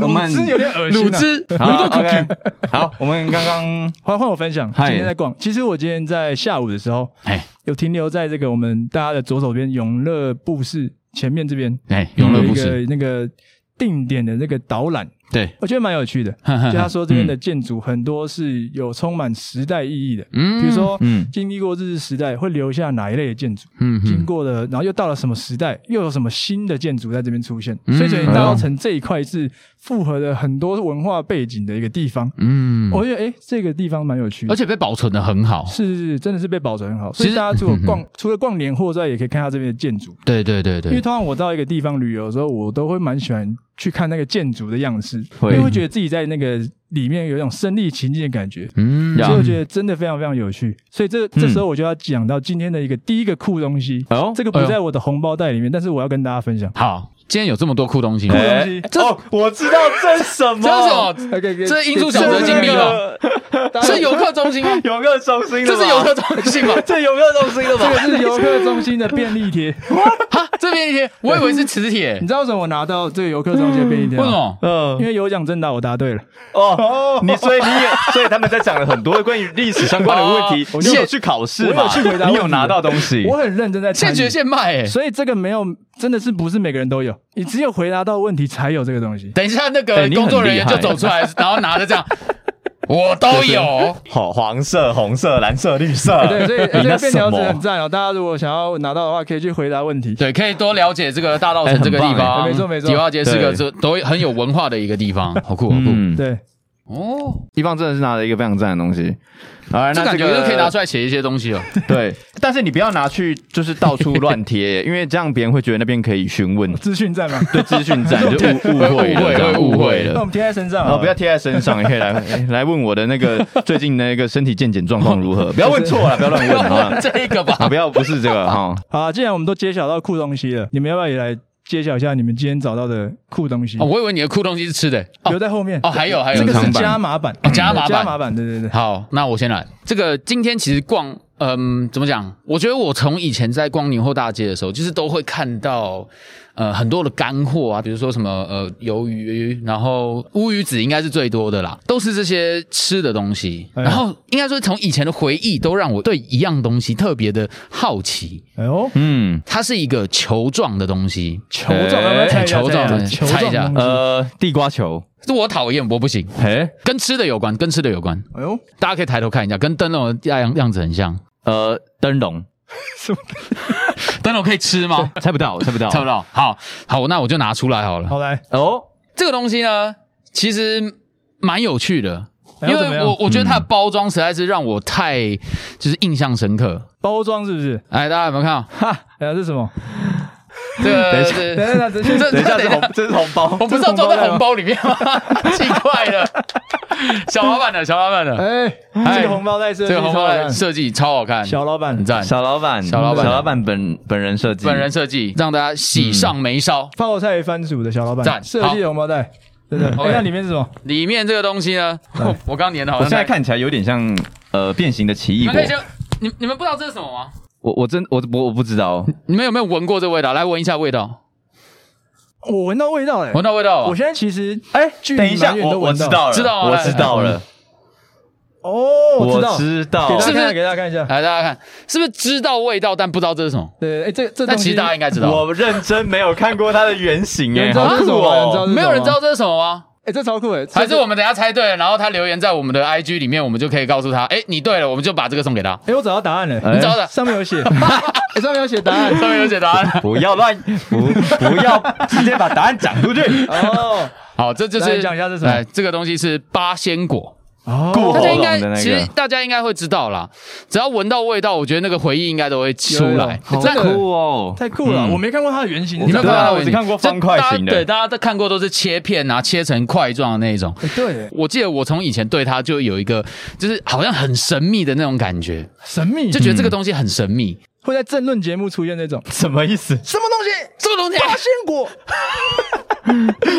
D: 我们
A: 是有点恶心、啊。
C: 乳汁，乳
D: 好
C: 诺口
D: OK
C: Q，
D: 好，我们刚刚
A: 换换我分享，今
D: 嗨
A: 天在逛。其实我今天在下午的时候，
C: 哎
A: 有停留在这个我们大家的左手边永乐布市前面这边，
C: 哎，永乐不
A: 有
C: 是，
A: 一个那个定点的那个导览， *laughs*
C: 对，
A: 我觉得蛮有
D: *laughs*
A: 趣的。就
C: 嗯
A: 他说这边的建筑很多是有充满时代意义的，
C: 嗯
A: 比如说
D: 嗯
A: 经历过日治时代会留下哪一类的建筑，
C: 嗯哼
A: 经过了，然后又到了什么时代，又有什么新的建筑在这边出现，
C: 嗯
A: 所以水大稻城这一块是符合了很多文化背景的一个地方。
C: 嗯，
A: 我觉得诶，这个地方蛮有趣的，
C: 而且被保存的很好，
A: 是是是，真的是被保存很好。所
C: 其
A: 以
C: 实
A: 大家如果逛，除了逛年货之外，也可以看一下这边的建筑。
C: 对对对对，
A: 因为通常我到一个地方旅游的时候，我都会蛮喜欢去看那个建筑的样式，因
D: 会
A: 为会觉得自己在那个里面有一种身临其境的感觉。
C: 嗯
D: 呀
A: 所以我觉得真的非常非常有趣，所以这这时候我就要讲到今天的一个第一个酷东西
D: 哎呦，
A: 这个不在我的红包袋里面，但是我要跟大家分享。
C: 好，今天有这么多酷东西吗，
A: 东西
D: 哎哦，我知道这是什么，
C: 这是什 *laughs* 么？
A: OK，
C: 这是因素小则金币
D: 啊
C: 吗？是游客中心吗？
D: *laughs* 游客中心的
C: 这
D: 吧，
C: 是游客中心吗？
D: 这游客中心
A: 这个
D: 的吧？
A: 是游客中心的便利贴， *laughs*
C: 哈，这边一贴，我以为是磁铁
A: 你，知道为什么我拿到这个游客中心的便利贴
C: 为什
A: 吗？
C: 么？
A: 因
D: 嗯，
A: 为有奖征答我答对了，
D: 哦，你所以你也，所以他们在讲了很多关于历史相关的问题
A: 哦。
D: 你有去考试吗？
A: 我有去回答问题
D: 你有拿到东西？
A: 我很认真在参
C: 现
A: 与
C: 学现卖哎！
A: 所以这个没有，真的是不是每个人都有，你只有回答到问题才有这个东西。
C: 等一下那
D: 哎
C: 个
D: 你很
C: 工作人员就走
D: *laughs*
C: 出来，然后拿着这样，我都有，
E: 好，黄色、红色、蓝色、绿
D: *laughs*
E: 色，
A: 对，所以
D: 啊你
A: 这
D: 那
A: 个便条纸
D: 什么
A: 很赞哦，大家如果想要拿到的话，可以去回答问题。
C: 对，可以多了解这个大稻
D: 哎
C: 城
D: 很
C: 这个地
A: 棒
C: 方，
A: 哎没错没错
C: 迪化街是个
D: 对
C: 这都很有文化的一个地方，好酷好酷
D: 嗯，
A: 对，
C: 哦！
D: 一棒真的是拿了一个非常赞的东西。好，嗯哎那
C: 这感觉
D: 个
C: 就可以拿出来写一些
D: *laughs*
C: 东西了。哦
D: 对，但是你不要拿去就是到处乱贴，因为这样别人会觉得那边可以询问
A: 资讯站嘛，
D: 对资讯 *laughs* 站就误误会了，
C: 会
D: 这样
C: 误会
D: 误
A: *laughs* 那
D: 会
A: 我
E: 嗯
D: 了。
A: 们贴在身上
D: 然
A: 啊，
D: 后不要贴在身上，也可以来 *laughs* 哎来问我的那 *laughs* 个最近那个身体健检状况如何？不要问错了，哦不要乱
C: 不
D: 问
C: 要
D: 啊
C: 问！ *laughs* 这个
D: 啊，
C: 吧，
D: 不要不是这个哈，
A: 好啊。既然我们都揭晓到酷东西了，你们要不要也来揭晓一下你们今天找到的酷东西
C: 哦？我以为你的酷东西是吃的哦
A: 留在后面
C: 哦，还有还有
A: 这个是
D: 隐藏版
A: 加码版嗯
C: 哦，加码版
A: 加码版，对对对。
C: 好，那我先来。这个今天其实逛，嗯，怎么讲？我觉得我从以前在逛年货大街的时候，就是都会看到，呃，很多的干货啊，比如说什么呃鱿鱼，然后乌鱼子应该是最多的啦，都是这些吃的东西。
A: 哎呀
C: 然后应该说从以前的回忆，都让我对一样东西特别的好奇。
A: 哎呦，
D: 嗯，
C: 它是一个球状的东西，
A: 球状，要不要猜一下
C: 哎球状
A: 猜一下
C: 的
A: 球
C: 猜一下
A: 状的东西。
D: 呃，地瓜球，
C: 这我讨厌，我不行，
D: 哎，
C: 跟吃的有关，跟吃的有关。
A: 哎呦，
C: 大家可以抬头看一下，跟灯笼的样样子很像。
D: 呃，灯笼，
C: 灯笼可以吃吗？
D: 猜不到，猜不到，
C: 猜不到。好好，那我就拿出来好了。
A: 好来，
D: 哦，
C: 这个东西呢，其实蛮有趣的，
A: 哎
C: 因
A: 要怎么
C: 为
A: 样
C: 我我觉得
D: 嗯
C: 它的包装实在是让我太就是印象深刻。
A: 包装是不是？
C: 哎，大家有没
D: *laughs*
C: 有看到？
A: 哎呀，这是什么？
C: 这个
D: 等一下
C: 这
A: 等一下，等一下，
C: 这
D: 等一下
C: 这
D: 是红，这是红包
C: 我，不知道装在红包里面吗？ *laughs* 奇怪了，小老板的小老板的，
A: 哎，
C: 哎
A: 这个红包袋设
C: 这
A: 计
C: 个红包
A: 超好
C: 的
A: 看
C: 设计超好看，
A: 小老板
C: 很赞。
D: 小老板，
C: 小老板
D: 小老板本本人设计，
C: 本人设计让大家喜上眉梢。
D: 嗯
A: 泡菜番薯的小老板
C: 赞
A: 设计的红包袋，真的。
C: OK
A: 哎，那里面是什么？
C: 里面这个东西呢，
A: 嗯
C: 我 *laughs* 我刚粘的好
D: 我
C: 像
D: 现在
C: 在，
D: 看起来有点像呃变形的奇
C: 你
D: 异
C: 们
D: 果
C: 可以，先，你你们不知道这是什么吗？
D: 我我真我我我不知道，
C: 你们有没有闻过这味道？来闻一下味道，
A: 我闻到味道了，欸
C: *laughs* 闻。到味道啊
A: 我
C: 了，
A: 现在其实
E: 哎，
A: 距离
E: 等一下，
A: 蛮远都
E: 我我
A: 闻
E: 知
A: 到
E: 道了，
C: 知道啊
E: 我
C: 来
E: 知道了，
A: 哦，我知
D: 我
A: 道，
D: 知道
A: 给，大家
C: 是不
A: 看
C: 是哎
A: 一下，给大家看一下。
C: 来大家看，是不是知道味道但不知道这是什么？
A: 对，哎，这这
C: 但
A: 东
C: 其
A: 西
C: 实大家应该知道，
E: 我认真没有看过它的原型
A: 有人
E: 哎
A: 知，道这是什么吗？有人知道这是什么吗
C: 没有人知道，这是什么吗？
A: 哎，这超酷哎！
C: 还是我们等一下猜对了，然后他留言在我们的 IG 里面，我们就可以告诉他，哎，你对了，我们就把这个送给他。
A: 哎，我找到答案了，
C: 你找到的
A: 上面有
C: *laughs*
A: 写，哎 *laughs* 上面有写答案。
C: 上面有写答案。
E: 哦不要乱，不不要直接把答案讲出去，
A: *laughs* 哦，
C: *laughs* 好，这就
A: 来
C: 是
A: 讲一下这是什么哦
C: 哎这个东西是八仙果，
E: 过
C: 大
E: 喉
C: 家应
E: 咙
C: 该、
D: 的那个
C: 其实大家应该会知道啦，只要闻到味道，我觉得那个回忆应该都会出来。
A: 有有
C: 那
A: 好酷
D: 哦，
A: 太酷了！
D: 嗯
A: 我没看过它的原型是
C: 你
A: 这样，
C: 们看
D: 对啊
C: 到
D: 我只看过方块型的
C: 对，大家都看过都是切片啊，切成块状的那种。
A: 哎对，
C: 我记得我从以前对它就有一个，就是好像很神秘的那种感觉，
A: 神秘
E: 嗯
C: 就觉得这个东西很神秘。
A: 会在政论节目出现那种
E: 什么意思？
A: 什么东西。
C: 这个东西，
A: 八仙果，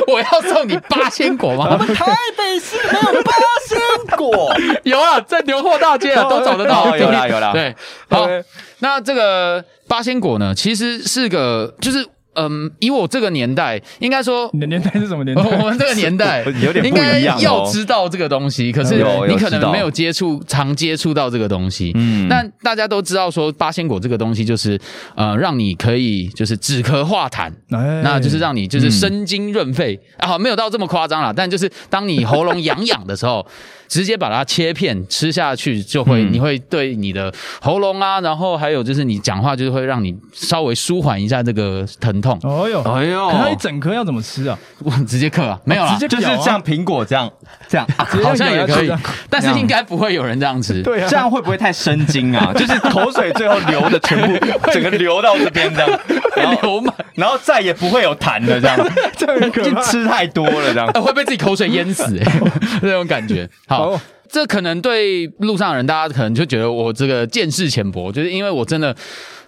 C: 我要送你八仙果吗？
E: 台北市没有八仙果，
C: 有啊，在牛货大街啊，都找得到。
E: 哦有啦有啦
C: 对，好
A: OK，
C: 那这个八仙果呢，其实是个，就是嗯，以我这个年代，应该说。
A: 你的年代是什么年代？
C: *laughs* 我们这个年代
E: 有点不
C: 应该
E: 一样哦
C: 要知道这个东西，可是
D: 有有
C: 你可
D: 知道
C: 能没有接触，常接触到这个东西。嗯，但大家都知道说八仙果这个东西就是呃，让你可以就是止咳化痰，
A: 哎
C: 那就是让你就是生津润肺、啊，好没有到这么夸张啦，但就是当你喉咙痒痒的时候，直接把它切片吃下去，就会、你会对你的喉咙啊，然后还有就是你讲话就是会让你稍微舒缓一下这个疼痛。
A: 哦哟，
D: 哎呦
A: 可它一整颗要怎么吃啊？
C: 我 *laughs* 直接嗑啊，没有啦，
A: 直接
E: 就是
A: 咬啊
E: 像苹果这样这样，啊
A: 接
C: 好像也可
A: 这 *laughs*
C: 以
A: 样，
C: 但是应该不会有人这样吃。
A: 对啊，
D: 这样会不会太生津啊？就是口水最后流的全部，
E: 整个流到这边这样，然后
C: 流满，
E: 然后再也不会有痰了这样，
A: 这样很可
E: 就
A: 怕。
E: 吃太多了这样。
C: 呃会被自己口水
A: *laughs*
C: 淹死、欸，那种感觉。好
A: 好，
C: 这可能对路上的人，大家可能就觉得我这个见识浅薄，就是因为我真的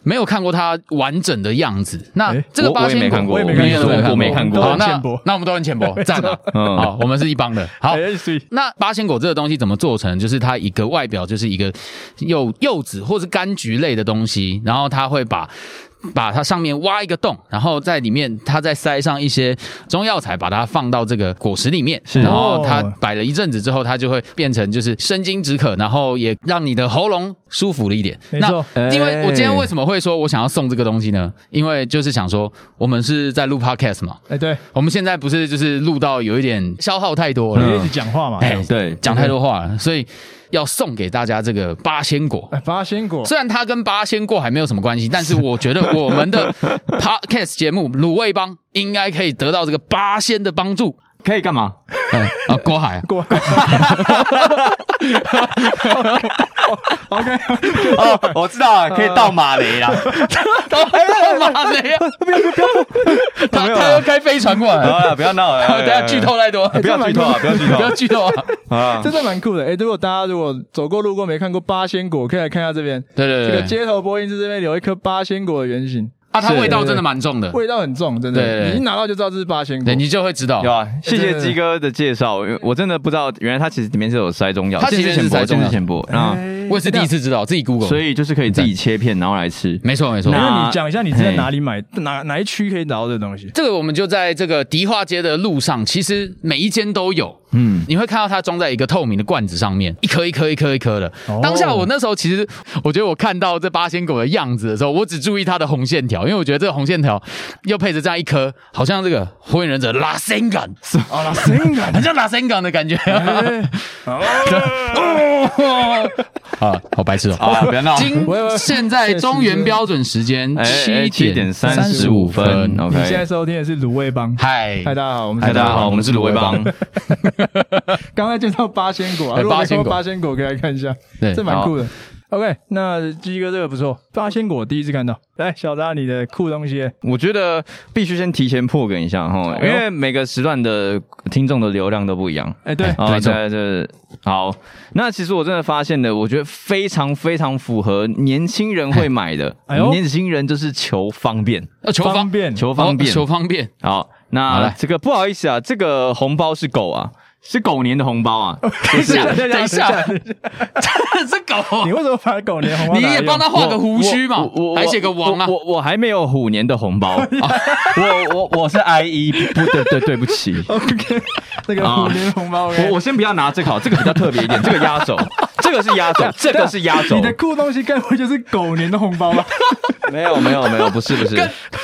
C: 没有看过它完整的样子。那
A: 诶
C: 这个
D: 我
C: 八
D: 我也没
C: 仙
D: 看
C: 果，
D: 过
A: 我也没
C: 你也
A: 看过
D: 我没看过
C: 好，
A: 我都很
C: 那
A: 浅薄
C: 那我们都很
D: *laughs*
C: 浅薄，赞了。
D: 嗯
C: 好，我们是一帮的。好，
A: 哎，所以
C: 那八仙果这个东西怎么做成？就是它一个外表就是一个柚柚子或是柑橘类的东西，然后它会把把它上面挖一个洞，然后在里面它再塞上一些中药材，把它放到这个果实里面，然后它摆了一阵子之后，它就会变成就是生津止渴，然后也让你的喉咙舒服了一点。
A: 没错
C: 那因为我今天
D: 哎
C: 为什么会说我想要送这个东西呢？因为就是想说我们是在录 podcast 嘛，
A: 哎，对，
C: 我们现在不是就是录到有一点消耗太多了，
A: 你一直讲话嘛。
C: 哎，
D: 对
C: 讲太多话了，所以要送给大家这个八仙果。
A: 哎，八仙果，
C: 虽然它跟八仙过海没有什么关系，但是我觉得我们
A: *laughs*
C: 的 podcast 节目《卤味帮》应该可以得到这个八仙的帮助。
D: 可以干嘛？
C: 嗯啊，过海啊，
A: 果
E: 哦，我知道了，可以倒马雷啦。
C: *laughs* 妈的呀！他他要开飞船过来
A: 哎
C: 哎了，
E: 好了，不要闹了，
C: 等下剧透太多，
E: 不要剧透啊，不要剧
C: 不要
E: 透
C: 剧透啊！
A: *laughs*
E: 啊！
A: 真的蛮酷的。哎，如果大家如果走过路过没看过八仙果，可以来看一下这边。这
C: 对对
A: 个
C: 对对，
A: 街头播音室这边有一颗八仙果的原型，
C: 啊，它味道真的蛮重的，
A: 味道很重，真
C: 对对
A: 的，
C: 对
A: 你一拿到就知道这是八仙果
C: 对。你就会知道
D: 有。啊，谢
A: 真
D: 谢
A: 的
D: 鸡哥的介绍，因为我真的不知道，原来它其实里面是有塞中药，
C: 它其实
D: 见识浅
C: 是塞
D: 薄，
C: 中
D: 见
C: 药
D: 识浅薄啊，
A: 哎
C: 我也是第一，次知道，自己 Google，
D: 所以就是可以自己切片然后来吃。
C: 没错没错。
A: 那
D: 那
A: 哎那你讲一下你是在哪里买，哪哪一区可以找到这东西？
C: 这个我们就在这个迪化街的路上，其实每一间都有。
D: 嗯，
C: 你会看到它装在一个透明的罐子上面，一颗一颗一颗一颗的
A: 哦。
C: 当下我那时候其实，我觉得我看到这八仙果的样子的时候，我只注意它的红线条，因为我觉得这个红线条又配着这样一颗，好像这个火影忍者拉伸 *laughs* 感，啊拉伸感，很像拉伸感的感觉。哦，啊， *laughs* 好白痴哦。
D: 啊，不要闹。
C: 今
A: 喂
D: *laughs*
A: 喂
C: 现在中原标准时间
D: 哎哎
C: 七
D: 7点35
C: 35
D: 分
A: 你现在
D: ，OK。
A: 收听的是卤味帮。
C: 嗨，
A: 嗨，大家好，我们是
D: 嗨，大家好，我们是卤味帮。
A: *laughs* 刚才介绍八仙果啊，
C: 哎
A: 如果没
C: 八
A: 看
C: 仙
A: 过
C: 果
A: 八仙果可以来看一下，
C: 对
A: 这蛮酷的。OK，那鸡哥这个不错，八仙果第一次看到。来，小扎你的酷东西，
D: 我觉得必须先提前破梗一下哈，因为每个时段的听众的流量都不一样。
A: 哎，对，
D: 啊，
C: 没错
D: 对对，好。那其实我真的发现了，我觉得非常非常符合年轻人会买
C: *laughs*
D: 的。
A: 哎呦
D: 年轻人就是求方便，
C: 呃求
A: 方
C: 方
A: 便
D: 求方便
C: 哦。求方便，
D: 好，
C: 好
D: 那
C: 来
D: 这个不好意思啊，这个红包是狗啊，是狗年的红包
C: *laughs*
D: 啊。
C: 等一下，
A: 等一下
C: 等一下，这狗
A: 你，为什么把狗年红包
C: 你
A: 拿来
C: 也
A: 用
C: 帮他画个胡须嘛
D: 我我，我
C: 还写个王啊
D: 我，我我还没有虎年的红
C: *laughs*
D: 包，啊
E: 我我我是 IE，
D: E，不对对对不起，
A: OK，那个
C: 啊
A: 虎年红包，
D: 我我先不要拿这个好，这个比较特别一点，这个压
A: *laughs*
D: 轴，这个是压轴，这个是压
A: 啊
D: 轴
A: 你，的酷东西该不会就是狗年的红包吧？
D: 没有没有没有，不是不是，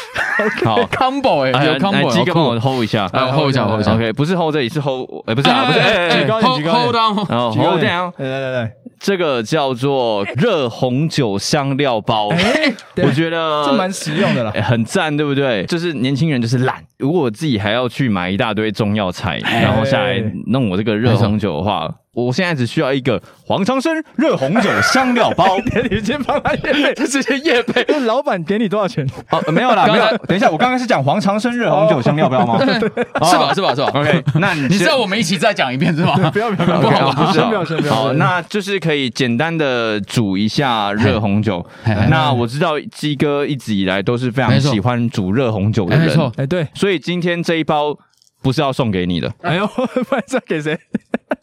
D: *laughs* 好，
C: combo 哎、
D: 哎
C: 有 combo，
D: 来鸡哥帮
C: 好酷
D: 我 hold 一下，
C: 哎我 hold 一下 hold 一下
D: OK，不是 hold 这里是 hold，哎不是啊不是，哎哎哎
A: 举高点举高
C: hold
A: 点
C: hold on，
D: 然
A: 哦
D: 后 hold down，
A: 来来来来，
D: 这个叫做热红酒香料包，
A: 哎，对
D: 我觉得
A: 这蛮实用的
D: *laughs*
A: 啦。
D: 哎很赞，对不对？就是年轻人就是懒，如果我自己还要去买一大堆中药材，然后下来弄我这个热红酒的话，我现在只需要一个黄长生热红酒香料包。
A: 你先帮他验配，
C: 这直接夜配，
A: *laughs* 那老板给你多少钱？
E: 哦，没有啦，没有。等一下，我刚刚是讲黄长生热红酒香料包吗？
C: 是吧？是吧？是吧
D: 哦 OK，那你
C: 你知
D: 先
C: 道我们一起再讲一遍是吧？
A: *laughs* 不要不要不要，
D: OK，好不是
A: 先
D: 哦
A: 不要先不要。
D: 好，那就是可以简单的煮一下热红酒。
C: 嘿嘿
D: 那我知道鸡哥一直以来都是非常
C: 没错
D: 喜欢煮热红酒的
C: 哎没
D: 人
C: 错，
A: 哎对，
D: 所以今天这一包不是要送给你的，
A: 哎呦， *laughs* 不然这给谁？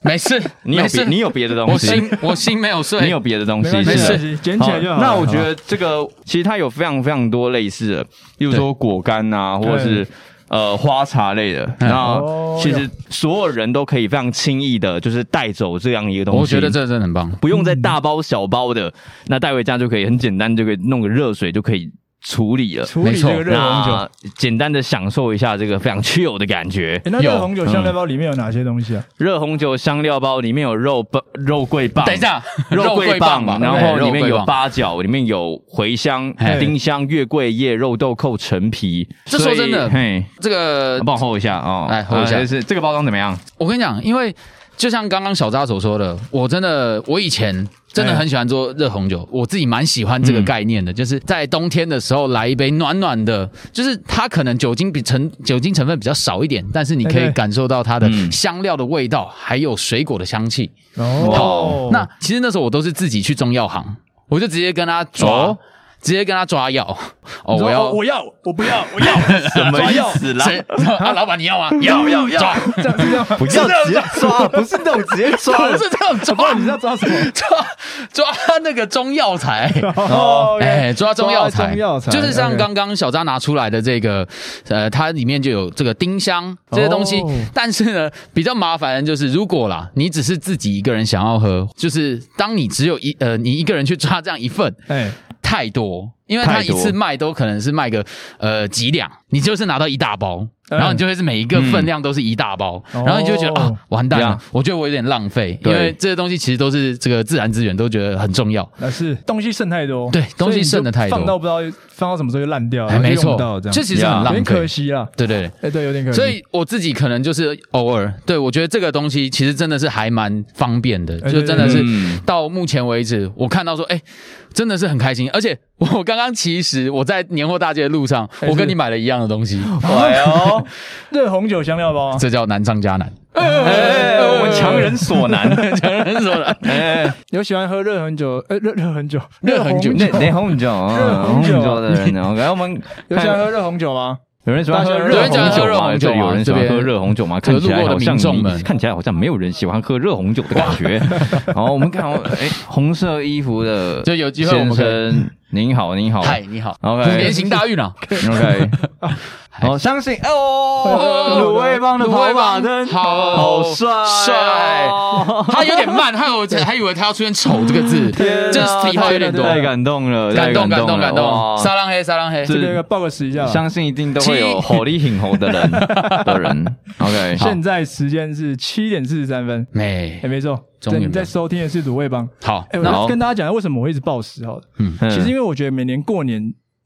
C: 没事，
D: 你有别
C: 没事，
D: 你有别的东
C: 我
D: 西，
C: 心我心没有
D: 你
C: 碎
D: 有，别的东
A: 没
D: 西，
A: 关系，
D: 是
A: 没
D: 的
A: 关系捡起来就好了。
D: 那我觉得这个其实它有非常非常多类似的，例如说果干啊，或者是呃花茶类的。
C: 嗯
D: 那
A: 哦
D: 其实所有人都可以非常轻易的，就是带走这样一个东西。
C: 我觉得这真的很棒。
D: 不用再大包小包的，那带回家就可以很简单，就可以弄个热水就可以处理了。
A: 处理这个热红酒。
D: 那简单的享受一下这个非常 chill 的感觉。
A: 哎那热红酒香料包里面有哪些东西啊？
D: 热红酒香料包里面有肉棒、肉桂棒，
C: 等一下， *laughs*
D: 肉桂
C: 桂
D: 棒
C: 吧，
D: 然
C: 对
D: 后里面有，
C: 肉桂棒
D: 八角，里面有茴香
C: 嘿、
D: 丁香、月桂叶、肉豆蔻、陈皮。
C: 这
D: 所
C: 说
D: 以
C: 真的
D: 嘿，
C: 这个
D: 帮我 hold 一下哦，
C: 来 hold 一下
D: 呃就是这个包装怎么样？
C: 我跟你讲，因为就像刚刚小扎所说的，我真的我以前真的很喜欢做热红酒，我自己蛮喜欢这个概念
A: 嗯
C: 的，就是在冬天的时候来一杯暖暖的，就是它可能酒精比成酒精成分比较少一点，但是你可
A: 对
C: 以
A: 对
C: 感受到它的
D: 嗯
C: 香料的味道，还有水果的香气。
A: 哦
C: 那其实那时候我都是自己去中药行，我就直接跟他抓，
D: 哦
C: 直接跟他抓药。哦，
A: 你说
C: 我要
A: 哦我要我不要我要，
D: 什么意思啦？ *laughs*
C: 谁 *laughs* 啊？老板你要吗？要要要，抓
A: *laughs* *laughs* 这样是这样吗？
E: 不要直接抓，不是那种直接抓
C: 不 *laughs* 是这样抓，
A: 你知道抓什么？
C: *laughs* 抓抓那个中药材。
A: *laughs* 哦，
C: 哎，抓中药
A: 抓
C: 材，
A: 中药材
C: 就是像
A: OK
C: 刚刚小张拿出来的这个，呃，它里面就有这个丁香这些东西。
A: 哦
C: 但是呢，比较麻烦的就是，如果啦，你只是自己一个人想要喝，就是当你只有一呃，你一个人去抓这样一份，
A: 哎，
C: 太多，因为他
D: 太
C: 一
D: 多
C: 次卖都可能是卖个呃几两，你就是拿到一大包，
A: 嗯
C: 然后你就会是每一个分量都是一大包，
A: 哦
C: 然后你就会觉得啊完蛋
D: 呀
C: 了，我觉得我有点浪费，因
D: 对
C: 为这些东西其实都是这个自然资源，都觉得很重要。
A: 那是东西剩太多，
C: 对东
A: 所以
C: 西
A: 你就
C: 剩得太多
A: 放到不知道放到什么时候就烂掉了，
C: 哎，没
A: 呃就用
C: 错
A: 不到这，样，
C: 这其实很
A: 有
C: 浪
A: 点
C: 费，
A: 可惜啊。
C: 对对对。
A: 哎，对，有点可惜。
C: 所以我自己可能就是偶尔，对我觉得这个东西其实真的是还蛮方便的，
A: 哎
C: 就真的
A: 对
C: 是
D: 嗯
C: 到目前为止，我看到说，哎、真的是很开心。而且我刚刚其实我在年货大街的路上，
A: 哎是哦
C: 我跟你买了一样的东西，
E: 哎呦，
A: 热红酒香料包啊，
C: 这叫难上加难，
E: 哎，我们强人所难。
C: *laughs* 强人所难。
D: 哎
A: 有喜欢喝热红酒？哎，热热红酒，
C: 热红酒
A: 红
E: 那那红酒，
A: 热
D: 哦
C: *laughs*
E: 啊，
A: 红
E: 红
A: 酒
E: 酒的人，OK，我们
A: 有喜欢喝热红酒吗？
D: 有人喜欢喝
A: 有
D: 热
A: 人喜欢
D: 红
A: 喝
D: 酒
C: 热
D: 吗？
C: 红酒
D: 这
C: 啊
D: 里有人喜欢
C: 这
D: 喝
C: 边
D: 热红酒吗？
C: 这
D: 看
C: 个
D: 起来
C: 路过
D: 好
C: 的
D: 像
C: 民众
D: 你
C: 们
D: 看起来好像没有人喜欢喝热红
C: *laughs*
D: 哦酒的感觉。然后我们看到，哎，红色衣服的
C: 就有机会我们
D: 先
C: 可以
D: 生您好，您好，
A: 哦
C: 嗨，你好，
A: 哎
D: OK
C: 连行大
A: *laughs*
C: 运啊， *laughs*
D: ，OK，好，相信哦，
A: 哦
D: 卤味帮的
C: 卤味
D: 跑马
C: 帮
D: 灯
C: 好
D: 好
C: *laughs*
D: 帅哦，
C: 帅他有点慢，害我还以为他要出现“丑”这个
A: *laughs*
C: 字，
D: 天啊
C: 这题号有点多，
D: 太感动了，
C: 感动感动
D: 了
C: 感
D: 哇
C: 动，撒浪嘿撒浪嘿，
A: 这个 box 一下啦。
D: 相信一定都会有火力很红的人的
C: *laughs*
D: 人。OK，好
A: 现在时间是七点四十三分，
C: 没
A: 哎，没错，
C: 终于
A: 对你在
C: 没
A: 收听的是卤味帮。
C: 好
A: 哎，，我来
D: 那好
A: 跟大家讲一下为什么我一直暴食好了。
D: 嗯
A: 其实因为我觉得每年过年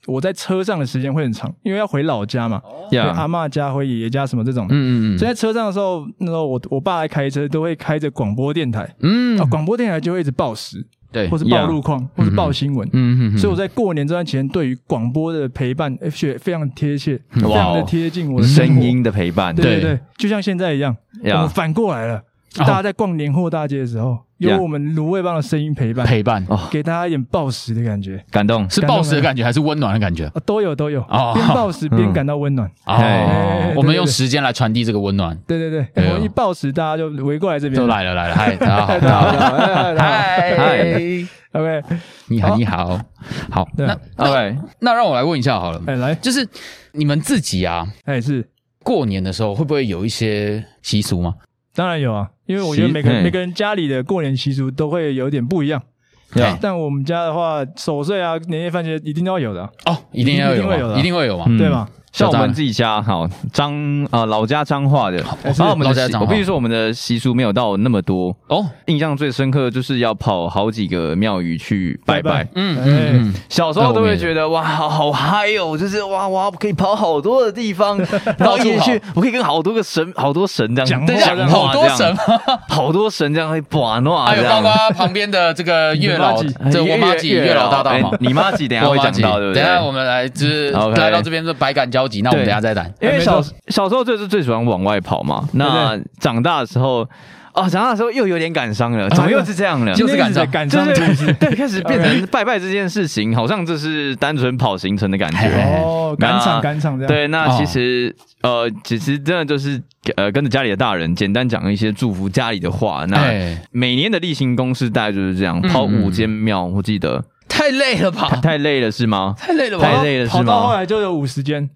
A: 我在车上的时间会很长，因为要回老家嘛，回
D: 呀
A: 阿嬷家、回爷爷家什么这种。
C: 嗯嗯
A: 所以在车上的时候，那时候我我爸来开车都会开着广播电台，
C: 嗯
A: 啊，
C: 嗯，
A: 广播电台就会一直报时，
C: 对，
A: 或是报
D: Yeah
A: 路况，或是报新闻。
C: 嗯嗯，
A: 所以我
C: 在
A: 在过年这段期间，对于广播的陪伴，哎觉得非常贴切，
C: 嗯
D: 哇
A: 非
D: 哦
A: 常的贴近我的生
D: 声
A: 活。
D: 音的陪伴，
A: 对对
C: 对哦
A: 对，就像现在一样，我
D: Yeah
A: 们反过来了。大家在逛年货大街的时候，有
D: Yeah
A: 我们芦苇帮的声音陪伴，
C: 陪伴
D: 哦
A: 给大家一点暴食的感觉
D: 感动。
C: 是暴食的感觉还是温暖的感觉？
A: 啊，都有都有，
C: 哦
A: 边暴
C: *laughs*
A: 食边感到温暖。
D: 哎
C: 哦，我们用时间来传递这个温暖，
A: 对对对，
C: 哎呦
A: 我们一暴食，大家就围过来这边
C: 都。来了来
D: *laughs*
C: 了，嗨，大家好，
A: 太好
C: 大家好，
A: 了太好了太好了
C: 嗨，
A: ，OK，
C: 你好你好，好，
A: 对
C: 那
D: OK，
C: 那让我来问一下好了，
A: 哎来，
C: 就是你们自己啊，
A: 哎是，
C: 过年的时候会不会有一些习俗吗？
A: 当然有啊，因为我觉得每个
D: 习哎
A: 每个人家里的过年习俗都会有点不一样。
C: Yeah
A: 但我们家的话，守岁啊，年夜饭这些一定要有的啊，
C: 哦，一定要有
A: 一定会有
C: 嘛，
A: 的
C: 一定会有嘛。
D: 嗯
A: 对吧？
D: 像我
C: 小张
D: 们自己家，好张啊老家彰化的，然后我们
C: 老家
D: 的习，
C: 彰
D: 我
C: 化
D: 必须说我们的习俗没有到那么多。
C: 哦，
D: 印象最深刻就是要跑好几个庙宇去
A: 拜
D: 拜拜
A: 拜，
C: 嗯
A: 哎
C: 嗯嗯，
D: 小时候都会觉得哇，好好嗨哦，就是哇哇，可以跑好多的地
C: *laughs*
D: 方，然后也去，我可以跟好多个神，好多神这样
A: 讲话
C: 等一下
A: 这样
C: 好多神，哎
D: 好多神这样会把诺
C: 还
D: 这
C: 有包
D: 样。
C: 括旁边的这个月
D: *laughs*
C: 老，
A: 你
C: 这我妈几月老大道嘛
D: 哎，你妈几等一下
C: 我
D: 会
C: 妈
D: 讲
C: 几，
D: 到，对不对？
C: 等一下我们来就是
D: 好，OK
C: 来到这边是百感交集，那我们等一下再谈。
D: 因为
A: 没
D: 小
A: 错
D: 小时候就是最喜欢往外跑嘛，那长大的时候。啊，长大的时候又有点感
C: 哎
D: 伤了，怎么又是这样了？
C: 就
A: 就是是
C: 感
A: 感
C: 伤
A: 伤，感伤的故事。
D: *laughs* 对，开始变成拜拜这件事情，好像这是单纯跑行程的感觉。
A: 哦，
D: 那
A: 赶场赶场这样。，
D: 对，那
C: 哦
D: 其实、呃，其实真的就是呃，跟着家里的大人，简单讲一些祝福家里的话。那
C: 哎，
D: 每年的例行公事大概就是这样，跑
C: 嗯
D: 五间庙，我记得
C: 太累了吧？
D: 太累了是
C: *laughs*
D: 吗？
C: 太累了
D: 太
C: 吧？
D: 累了是
A: 跑到后
D: 吗？
A: 来就有五十间，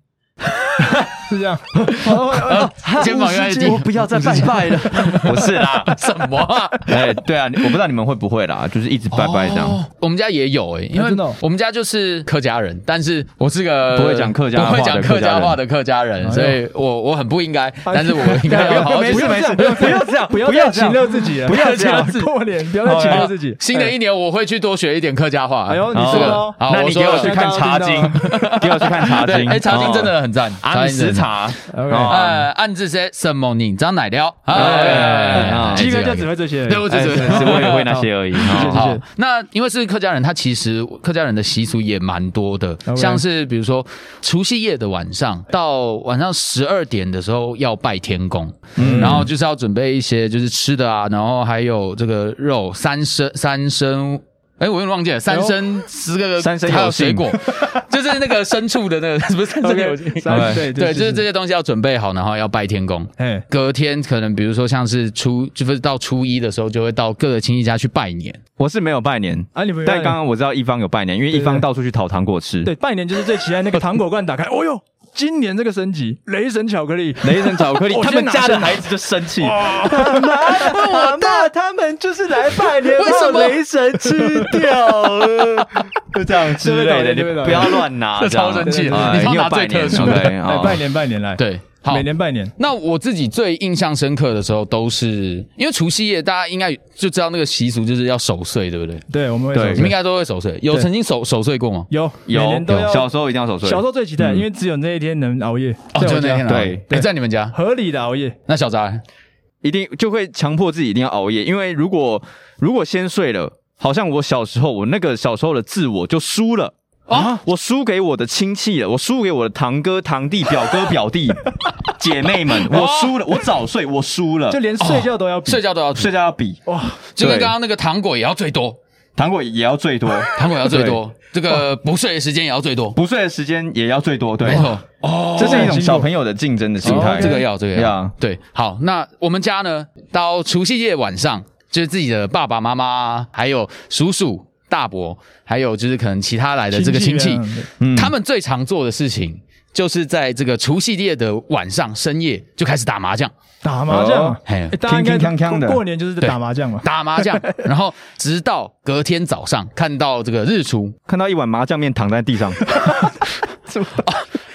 A: 是这样。跑到后来
C: 呃
D: *laughs*
C: 肩膀越来越低，
D: 不要再拜拜了， *laughs* 不是啦， *laughs*
C: 什么啊？
D: 哎，对啊，你我不知道你们会不会啦，就是一直拜拜这样。
C: 哦我们家也有哎、因
A: 啊真的哦
C: 为我们家就是客家人，但是我是个
D: 不会讲客家话的
C: 不会讲客家话的客家
A: 哎
C: 人，
A: 呦
C: 所以我我很不应该，但是我应该要好好
A: 哎 *laughs* 没
C: 去
A: 事没事，不用不要这样，不要再情勒自己了，不
C: 要这样
A: 过年不要再情勒自己。
C: 新的一年我会去多学一点客家话。
A: 哎呦，你
D: 哦
A: 说
C: 这
A: 的
C: 个
A: 哦，
C: 好，
D: 那
C: 我
D: 你
C: 说
D: 给我
C: 了
D: 去看茶经，给我去看茶
C: *laughs* 对，
D: 经。
C: 哎，茶经
D: 哦
C: 真的很赞，
D: 安
C: 经真
D: 时
C: 的很赞。
D: 茶，
A: OK，
C: 呃，暗自些什么你张奶料？
D: 哎
C: 哎，
A: 鸡哥
C: 这
A: 就
C: 个
A: 只会这些而已。
C: *laughs* 对我只
D: 哎
C: 只
D: 只
C: 会
D: 是我也会那些而已。
A: 谢
D: 哦
A: 谢
C: *laughs* 好，那因为是客家人，他其实客家人的习俗也蛮多的
A: OK
C: 像是比如说除夕夜的晚上到晚上十二点的时候要拜天公，然后就是要准备一些就是吃的啊，然后还有这个肉三生三生。哎，我又忘记了三生十个，
D: 三生有
C: 还有
D: 幸
C: 水 *laughs* 果，就是那个牲畜的那个，不是三生有幸
A: OK，三对
C: 对，就是这
A: 这。
C: 些东西要准备好，然后要拜天公。
A: 哎，
C: 隔天可能比如说像是初，就是到初一的时候，就会到各个亲戚家去拜年。
D: 我是没有拜年，
A: 啊，你们
D: 但刚刚我知道一方有拜年，因为一方到处去讨糖果吃。
A: 对，拜年就是最期待那个糖果罐打开，哦呦，今年这个升级，雷神巧克力，
D: 雷神巧克力
A: *laughs* 我，
D: 他
A: 先
D: 们
A: 拿
D: 家
A: 下
D: 的
A: 来哦
D: 孩子就生
A: *laughs*
D: 气。我那他们就是来拜年，
C: 为什么
D: 把雷神吃掉了？就这样之类的，
A: 对不对
D: 你不要乱拿，
C: *laughs* 这
D: 这样
C: 超生气的
D: 哎
C: 你知道
D: 你有
C: 拿
D: 拜
C: 最
D: 年哦
C: 特殊的
D: ，OK，
A: 来
D: 好
A: 哎拜年拜年来，，
C: 对，好
A: 每。年拜年，
C: 那我自己最印象深刻的时候，都是因为除夕夜，大家应该就知道那个习俗就是要守岁，对不对？
A: 对，我们会
D: 对
A: 守
C: 你们应
A: 岁
C: 该都会守岁，有
A: 对
C: 曾经守守岁过吗？
A: 有每
D: 有
A: 年都要
D: 小时候一定要守岁，
A: 小时候最期待，因为只有那一天能熬夜，
C: 哦，
A: 在
C: 就
A: 我
C: 那
A: 家
C: 天啊，
D: 对
C: 哎，
A: 对
C: 在你们家。
A: 合理的熬夜，
C: 那小杂，
D: 一定就会强迫自己一定要熬夜，因为如果如果先睡了，好像我小时候我那个小时候的自我就输了。啊！我输给我的亲戚了，我输给我的堂哥、堂弟、表哥、表 *laughs* 弟、姐妹们，我输了，我早睡，我输了，
A: 就连睡觉都要比
C: 睡觉都要睡，
D: 睡觉要比
C: 就跟刚刚那个糖果也要最多，
D: 糖果也要最多，
C: 糖果也要最多，这个不睡的时间也要最多。
D: 不睡的时间也要最多，对，哦
C: 没错，
D: 这是一种小朋友的竞争的心态，
C: 哦这个要，这个要
D: 呀。
C: 对，好，那我们家呢，到除夕夜晚上，就是自己的爸爸妈妈还有叔叔。大伯，还有就是可能其他来的这个亲戚，啊嗯
A: 人
C: 他们最常做的事情。就是在这个除夕夜的晚上深夜就开始打麻将，
A: 打麻将啊，
C: 哦嘿
A: 哎，大家应该
E: 铿锵锵锵的
A: 过过年就是
C: 对
A: 打麻将嘛，
C: 打麻 *laughs* 将，然后直到隔天早上看到这个日出，
E: 看到一碗麻酱面躺在地上，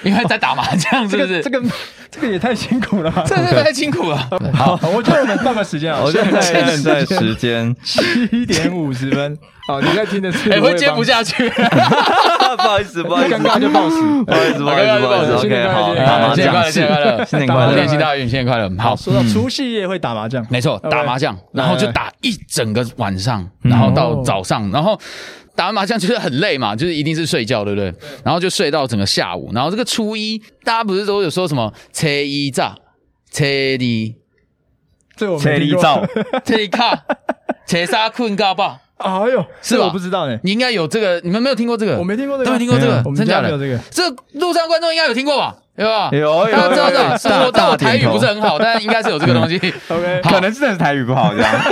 C: 因为在打麻将，是不 *laughs* 是？
A: 这个这个也太辛苦
C: *laughs*
A: 了吧。
C: 这这太辛苦了。
A: *laughs* 好，我觉得我们看看时间啊，
D: *laughs* 我现在现在
A: 现在
D: 时间，
A: 七点五十
C: *laughs*
A: 分。好，你在听的 *laughs* 是
C: 哎，
A: 我
C: 会
A: 也
C: 接
A: 帮
C: 不下 *laughs*
D: *laughs*
C: 去。
D: 不好意思，不好意思，
A: 尴尬就报时。
D: 不好意思，不好意思，不好意思
A: 新年快
D: ，OK，
A: 乐
D: 好，
A: 新年
D: 打麻
C: 新年快
D: 将
C: 乐，新
A: 好
D: 新年快
C: 年快乐，
A: 打麻
D: 乐
A: 将
C: 练习大家元新年快乐。 *laughs* 好，嗯
A: 说到除夕夜会打麻将，
C: 没错，
A: 拜
C: 打麻将，然后就打一整个晚上，然后到早上，然后打完麻将就是很累嘛，就是一定是睡觉，对不对？然后就睡到整个下午，然后这个初一，大家不是都有说什么车一炸、车二、
A: 这我
E: 车
A: 没
E: 里
A: 听过。
E: 照，
C: 车一 *laughs* 卡、车三困嘎吧？
A: *laughs* 哎呦，
C: 是
A: 这
C: 吧
A: 我不知道呢，
C: 你应该有这个，你们没有听过这个？
A: 我没听过这个
C: 都没听过这
A: 没有
C: 个
A: 我，们
C: 真假
A: 家没有
C: 的？
A: 这个
C: 这路上观众应该有听过吧？对吧？
E: 有有
C: 大家知道的，
E: 有
C: 是我但我
E: 大大
C: 台语
E: 点头
C: 不是很好，但应该是有这个东 *laughs* 西。
A: OK，
C: 好
E: 可能真的是台语不好这样。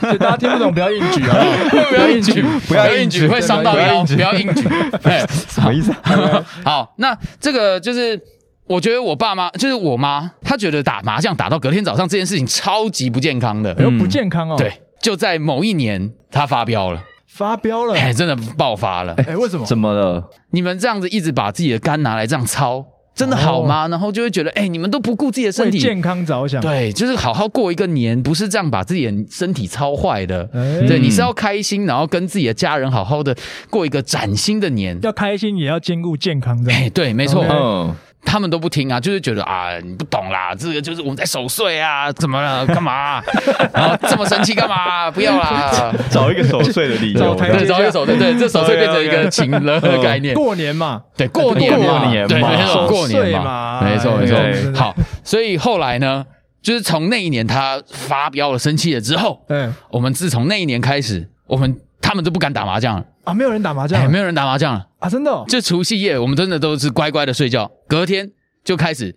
A: 所以大家听不懂不要硬举啊。
C: *laughs* 不要硬举，嗯不要硬举，会伤到腰，不要硬举。 *laughs* 哎对，
E: 什么意思啊？
C: *laughs* 好，那这个就是。我觉得我爸妈就是我妈，她觉得打麻将打到隔天早上这件事情超级不健康的嗯
A: 哎。呦，不健康哦。，
C: 对，就在某一年她发飙了，
A: 发飙了。
C: 哎，真的爆发了。
A: 哎，为什么？
D: 怎么了？
C: 你们这样子一直把自己的肝拿来这样操，真的好
A: 哦
C: 吗？然后就会觉得，哎，你们都不顾自己的身
A: 为
C: 体，
A: 健康着想。
C: 对，就是好好过一个年，不是这样把自己的身体操坏的。
A: 哎
C: 对，你是要开心，然后跟自己的家人好好的过一个崭新的年。
A: 要哦开心也要兼顾健康，这
C: 哎，
A: 样。
C: 对，没错
A: OK
D: 嗯，
C: 他们都不听啊，就是觉得啊，你不懂啦，这个就是我们在守岁啊，怎么了， *laughs* 干嘛、啊然后这么生气干嘛、 *laughs* 不要啦，
E: 找一个守岁的理
A: 找
E: 由，
A: 台
C: 对，找一个守岁，对，这守岁变成一个情了的概念，
A: 过年嘛，
C: 对，过年嘛，
E: 过年
C: 对，
E: 嘛
C: 没错，
E: 守
C: 过年
A: 岁嘛
C: 嘛，没错，没
A: 对
C: 错。好，所以后来呢，就是从那一年他发飙了、生气了之后，
A: 哎
C: 我们自从那一年开始，我们他们都不敢打麻将了，
A: 啊，没有人打麻将
C: 哎，
A: 啊，
C: 没有人打麻将了。
A: 啊，真的哦。
C: 就除夕夜，我们真的都是乖乖的睡觉，隔天就开始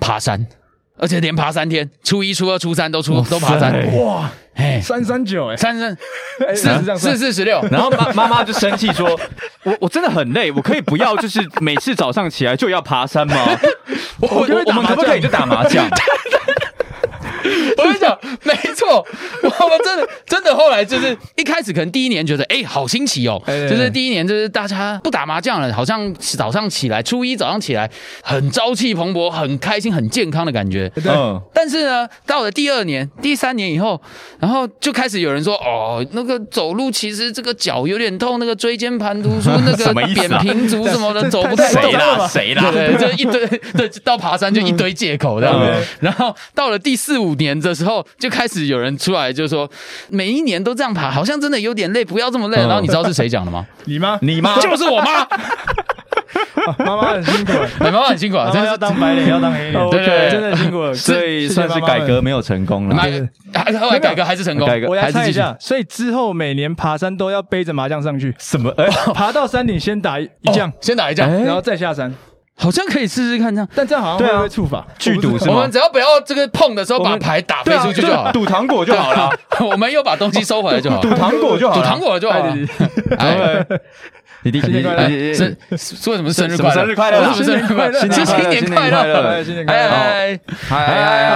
C: 爬山，而且连爬三天，初一、初二、初三都出都爬山，
A: 哇，
C: 啊哎，
A: 三三九哎，
C: 三三
A: 哎是这
C: 四
A: 样
C: 四
A: 算
C: 四十六，
E: 然后妈妈妈就生气说：“我我真的很累，我可以不要，就是每次早上起来就要爬山吗？
C: 我
E: 我我们可不可以就打麻将？
C: 我跟你讲，没错，我们真的真的后来就是一开始可能第一年觉得哎、好新奇哦，
A: 哎
C: 就是第一年就是大家不打麻将了，好像早上起来初一早上起来很朝气蓬勃、很开心、很健康的感觉。
A: 对
E: 嗯，
C: 但是呢，到了第二年、第三年以后，然后就开始有人说：“哦，那个走路其实这个脚有点痛，那个椎间盘突出，那个
E: *laughs* 什么意思
C: 扁
E: 啊
C: 平足什么的，走不
A: 太
C: 太
A: 太
C: 动啊
E: 谁
A: 懂了吧
E: 啦谁啦？ *laughs*
C: 对对，就一堆对，到爬山就一堆借口这样
E: 嗯
C: 子。然后到了第四五年的时候，就开始有人出来就说，每一年都这样爬，好像真的有点累，不要这么累。然后你知道是谁讲的吗？
A: 你吗？
E: 嗯你妈
C: 就是我
E: *laughs*
C: 妈，
A: 妈妈很辛苦哎，
C: 哎妈妈很辛苦啊，
A: 妈
C: 真
A: 妈
C: 的 *laughs*
A: 要
C: 是。
A: 当白脸，要当黑脸，
C: 对对对
A: 真的辛苦了，
D: *laughs* 所以
A: 谢谢
D: 算是
A: 妈妈
D: 改
A: 们
D: 革没有成功了
C: 妈。
E: *laughs*
A: 对
C: 还后来改革还是成功，
D: 改革
A: 我来
C: 还是
A: 猜
C: 继
A: 一
C: 续。
A: 下，所以之后每年爬山都要背着麻将上去，
E: 什么？哎，
A: 爬到山顶先打一一将
C: 哦，先打一架，
A: 然后再下山，
C: 好像可以试试看这样。
A: 但这样好像
E: 对啊
A: 会不会触法？
E: 剧毒是
C: 我
E: 吗
C: 们？只要不要这个碰的时候把牌打飞出去就好了，
E: 赌糖果啊就
C: 就
E: 好
C: 好
E: 了
C: 了，。 *laughs* 我们又把东西收回来就好
E: *laughs* 赌
C: 了，
E: 糖果就好
C: 赌
E: 了。
C: 糖果就好了。哎
D: 你弟，
A: 新年快乐
C: 哎
D: 你
C: 生说什么生日
E: 什么
C: 快乐？
E: 生日快乐啦
C: 哦是不是生日快乐？
A: 新
C: 是
A: 年快
C: 新
A: 乐
C: 年
D: 新年
C: 快
D: 快乐
C: 乐！
A: 哎新年快
C: 哎
A: 乐！
C: 哎，
D: 嗨嗨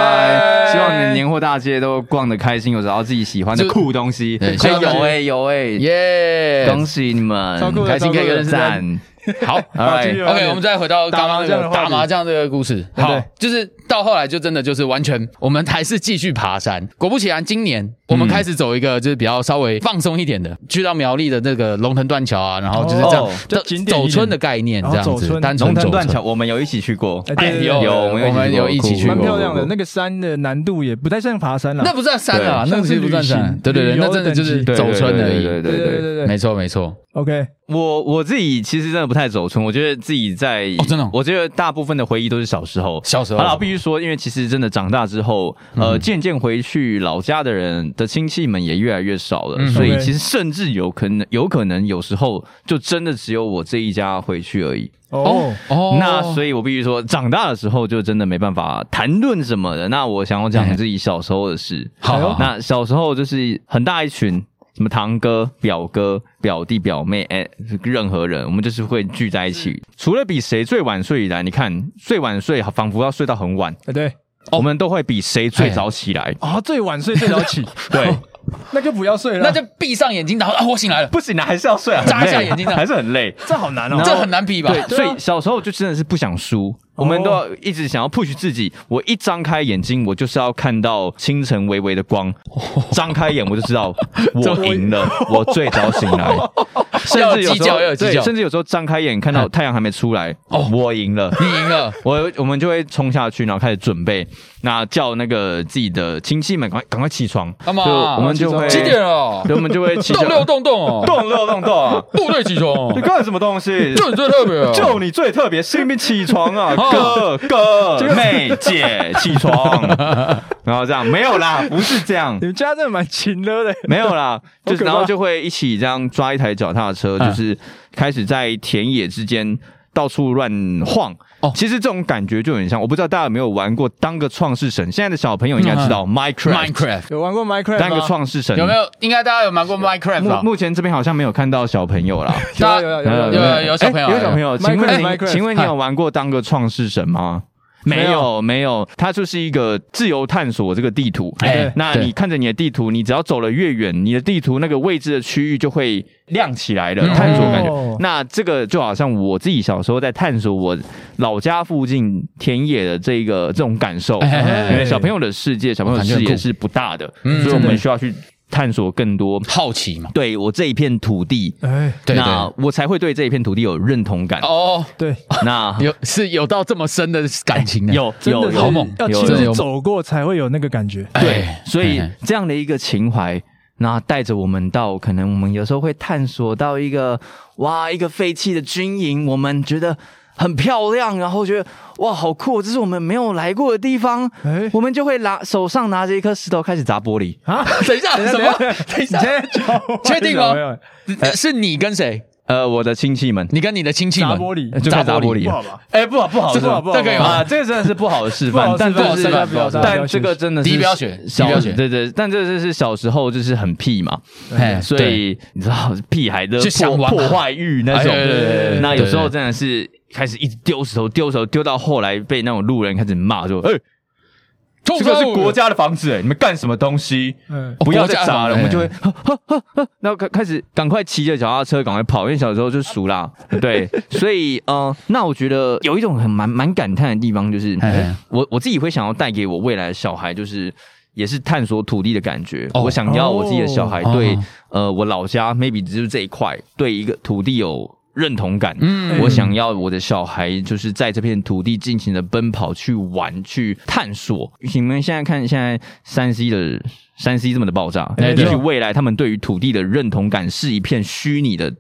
D: 嗨！希望你年货大街都逛得开心，有找到自己喜欢的酷东西。
C: 对
D: 哎
C: 希望
D: 有哎有哎，
C: 耶！
D: 恭喜你
A: 超酷
D: 们，
A: 的
D: 开心可以
A: 超酷
D: 跟
A: 的
D: 赞。
C: 好
A: 好继
D: Alright
A: 续
C: ，OK，我们再回到刚刚那个打
A: 打麻将的话题
C: 麻将这个故事。
A: 对
C: 好，就是到后来就真的就是完全，我们还是继续爬山。果不其然，今年我们开始走一个就是比较稍微放松一点的，去到苗栗的那个龙腾断桥啊，然后就是这样
D: 哦
A: 就
C: 走
A: 景点一
C: 走
A: 点
C: 村的概念这
A: 哦
C: 样
A: 走
C: 子，
A: 村
C: 单纯
E: 龙
C: 走
E: 腾断
C: 村。
E: 桥，我们有一起去过。
A: 哎
C: 哎
A: 对对
C: 有
A: 对
D: 有
C: 我
D: 我
C: 们
D: 们
C: 有
D: 有
C: 一
D: 一
C: 起
D: 起
C: 去
D: 去
C: 过，
D: 过
A: 哦蛮漂亮的，
D: 我
A: 那个山的难度也不太像爬山了。
C: 那不算山啊，
A: 对
C: 那是不
A: 像是旅
C: 算山
A: 行，
C: 对对对，
A: 旅游
C: 那真的就是
D: 对
C: 走村而已。
A: 对对
D: 对对对对对。
A: 对对
C: 没错没错，
A: ，OK，
D: 我我自己其实真的不太走村，我觉得自己在
C: 哦真的哦
D: 我觉得大部分的回忆都是小时候。
C: 小时候
D: 好了，我必须说，因为其实真的长大之后，
C: 嗯
D: 呃，渐渐回去老家的人的亲戚们也越来越少了，
C: 嗯
D: 所以
A: OK
D: 其实甚至有可能，有可能有时候就真的只有我这一家回去而已。
A: 哦，
C: 哦
D: 那啊所以，我必须说，长大的时候就真的没办法谈论什么的。那我想要讲自己小时候的事。
C: 好好好
D: 那小时候就是很大一群什么堂哥、表哥、表弟、表妹，哎、任何人，我们就是会聚在一起。除了比谁最晚睡以来，你看最晚睡仿佛要睡到很晚，
A: 哎，对
D: 我们都会比谁最早起来。
A: 啊，最晚睡最早起，
D: 对，
A: 那就不要睡了，
C: 那就闭上眼睛，然后啊，我醒来
D: *laughs*
C: 了，
D: 不行了，还是要睡
C: *laughs*
D: 啊，
C: 眨一下
D: 很累
C: 眼睛这样
D: 还是很累。
A: 这好难哦。
C: 这很难比吧？
D: 对，啊哦所以小时候就真的是不想输，我们都要一直想要 push 自己。我一张开眼睛，我就是要看到清晨微微的光，张开眼我就知 *laughs* 道我哦赢了，我最早醒 *laughs* 来。甚至有
C: 要有计
D: 时候
C: 较要有计
D: 对
C: 较
D: 甚至有时候张开眼看到太阳还没出来，我赢了。
C: 你赢了，
D: 我我们就会冲下去，然后开始准备，那叫那个自己的亲戚们赶快赶快起床，
C: 干嘛
D: 就我们就会，
C: 几点了？
D: 对我们就会起
C: 动
D: 床，
C: 六动动哦，
E: 动六动动啊，
C: 部队起床哦 *laughs*
E: 你，干什么东西？
C: 就你最特别哦，
E: 就你最特别，是你起床啊，
C: 哦
E: 哥哥，
D: 妹姐起床， *laughs* 然后这样没有啦，不是这样
A: 你，们家真的蛮勤了的，
D: 没有啦，就
A: 好可
D: 是
A: 怕
D: 然后就会一起这样抓一台脚踏车，
C: 嗯
D: 就是开始在田野之间到处乱晃。
C: 哦
D: 其实这种感觉就很像，我不知道大家有没有玩过《当个创世神》，现在的小朋友应该知道 Minecraft，
C: Minecraft
A: 有玩过 Minecraft
D: 当个
A: 吗？
D: 创世神
C: 有没？有？应该大家有玩过 Minecraft 啊吧
D: 目？目前这边好像没有看到小朋友啦。
A: 有有有有
C: 有
A: 有，
C: 有小朋友
D: 哎有小朋友，
A: Minecraft，
D: 请问你
A: Minecraft
D: 请问你有玩过当个创世神吗？没有，没有，它就是一个自由探索这个地图。
C: 哎
D: 那
C: 对
D: 你看着你的地图，你只要走了越远，你的地图那个位置的区域就会亮起来了，
C: 嗯
D: 探索感觉。
A: 哦
D: 那这个就好像我自己小时候在探索我老家附近田野的这个这种感受，
C: 哎哎哎哎
D: 因为小朋友的世界，小朋友的
C: 感觉很
D: 视野
C: 酷
D: 是不大的，
C: 嗯
D: 所以我
C: 真
D: 们
C: 的
D: 需要去探索更多。
C: 好奇嘛？
D: 对我这一片土地，
A: 哎，
C: 对
D: 那
C: 对。
D: 我才会对这一片土地有认同感。
C: 哦，
A: 对，
C: *laughs*
D: 那
C: 有是有到这么深的感情啊的，
D: 有
A: 真
D: 有
A: 的是
C: 好
D: 有
C: 猛
A: 要
D: 有
A: 亲
C: 真的有
A: 自走过才会有那个感觉。
D: 对
C: 哎，
D: 所以
C: 嘿嘿
D: 这样的一个情怀，那带着我们到可能我们有时候会探索到一个哇一个废弃的军营，我们觉得。很漂亮，然后觉得哇好酷，这是我们没有来过的地方，
A: 哎
D: 我们就会拿手上拿着一颗石头开始砸玻
C: *laughs*
D: 璃。
A: 啊
C: 等一下什么？等一下，确定
A: 吗？
C: 吗？是你跟谁？
D: 呃，我的亲戚
C: *laughs*
D: 们
C: 你跟你的亲戚
A: 砸
C: 们？
A: 玻璃
D: 呃就开始砸玻
A: 不
D: 璃
A: 好吧？
D: 哎、不好不好
A: 这不好不好
C: 这可以吗
D: 啊，这个真的是不好的示范，
A: 不好的
D: 但
A: 示范
D: 这是
C: 不好的示范不好的示
A: 范
D: 但这个真的是
C: 低标选
D: 小
C: 低标选
D: 对对，但这就是小时候就是很屁嘛，
C: 哎，
D: 所
C: 对
D: 以你知道屁孩的
C: 就想
D: 破
C: 玩
D: 破坏欲那种
C: 哎对对对对对，
D: 那有时候
C: 对对
D: 真的是开始一直丢石头丢石头，丢到后来被那种路人开始骂说，哎，
C: 冲
E: 这个是
C: 锋
E: 国家的房子，哎，你们干什么东西？
A: 嗯，
C: 哦
D: 不要
C: 国
D: 再
C: 家
D: 砸了，
C: 哎
D: 我们就会，呵呵呵呵然后开开始赶快骑着脚踏车赶快跑，因为小时候就熟啦，对，所以呃，那我觉得有一种很蛮蛮感叹的地方，就是
C: 哎
D: 我我自己会想要带给我未来的小孩，就是也是探索土地的感觉。
C: 哦
D: 我想要我自己的小孩
C: 哦
D: 对、
C: 哦
D: 呃我老家 maybe 只是这一块对一个土地有认同感。
C: 嗯
D: 我想要我的小孩就是在这片土地尽情的奔跑、去玩、去探索。你们现在看现在三 C 的。三 C 这么的爆炸，
A: 哎
D: 也许
A: 对
D: 未来他们对于土地的认同感是一片虚拟的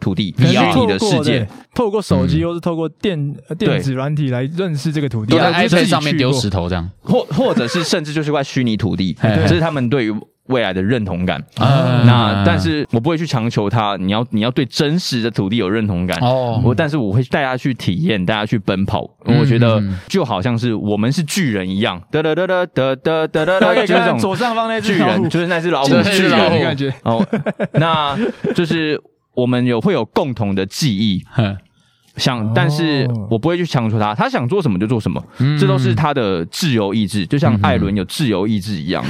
D: 土地、
A: 可
D: 虚
A: 能是
D: 拟
A: 透
D: 的世
A: 过
D: 界
A: 对。透过手
D: 嗯
A: 机或是透过电呃电子软体来认识这个土地，
C: 都在
A: 啊就
C: iPad
A: 自己
C: 上面
A: 去
C: 丢
A: 过
C: 石头这样。
D: 或或者是甚至就是块虚拟土地，
C: 哎
D: 这是他们对于未来的认同感。
C: 啊
D: 那但是我不会去强求他，你要你要对真实的土地有认同感。
C: *laughs* 哦
D: 我但是我会带他去体验，带他去奔跑。
C: 嗯
D: 我觉得
C: 嗯
D: 就好像是我们是巨人一
C: *laughs*
D: 样，得得得得得得得得
A: 大
D: 得，
A: 家可
D: 就
A: 以
D: 是这
A: 看
D: 种
A: 左上方那只
D: 巨
A: 老虎
D: 人，就是那只老虎
C: 就，是那只
D: 巨
C: 老虎
D: 人
A: 的感觉，
D: 哦，那就是我们有会有共同的记忆，
C: 哼
D: 想，但是
A: 哦
D: 我不会去强求他，他想做什么就做什么，
C: 嗯
D: 这都是他的自由意志，就像艾伦有自由意志一
C: *laughs*
D: 样。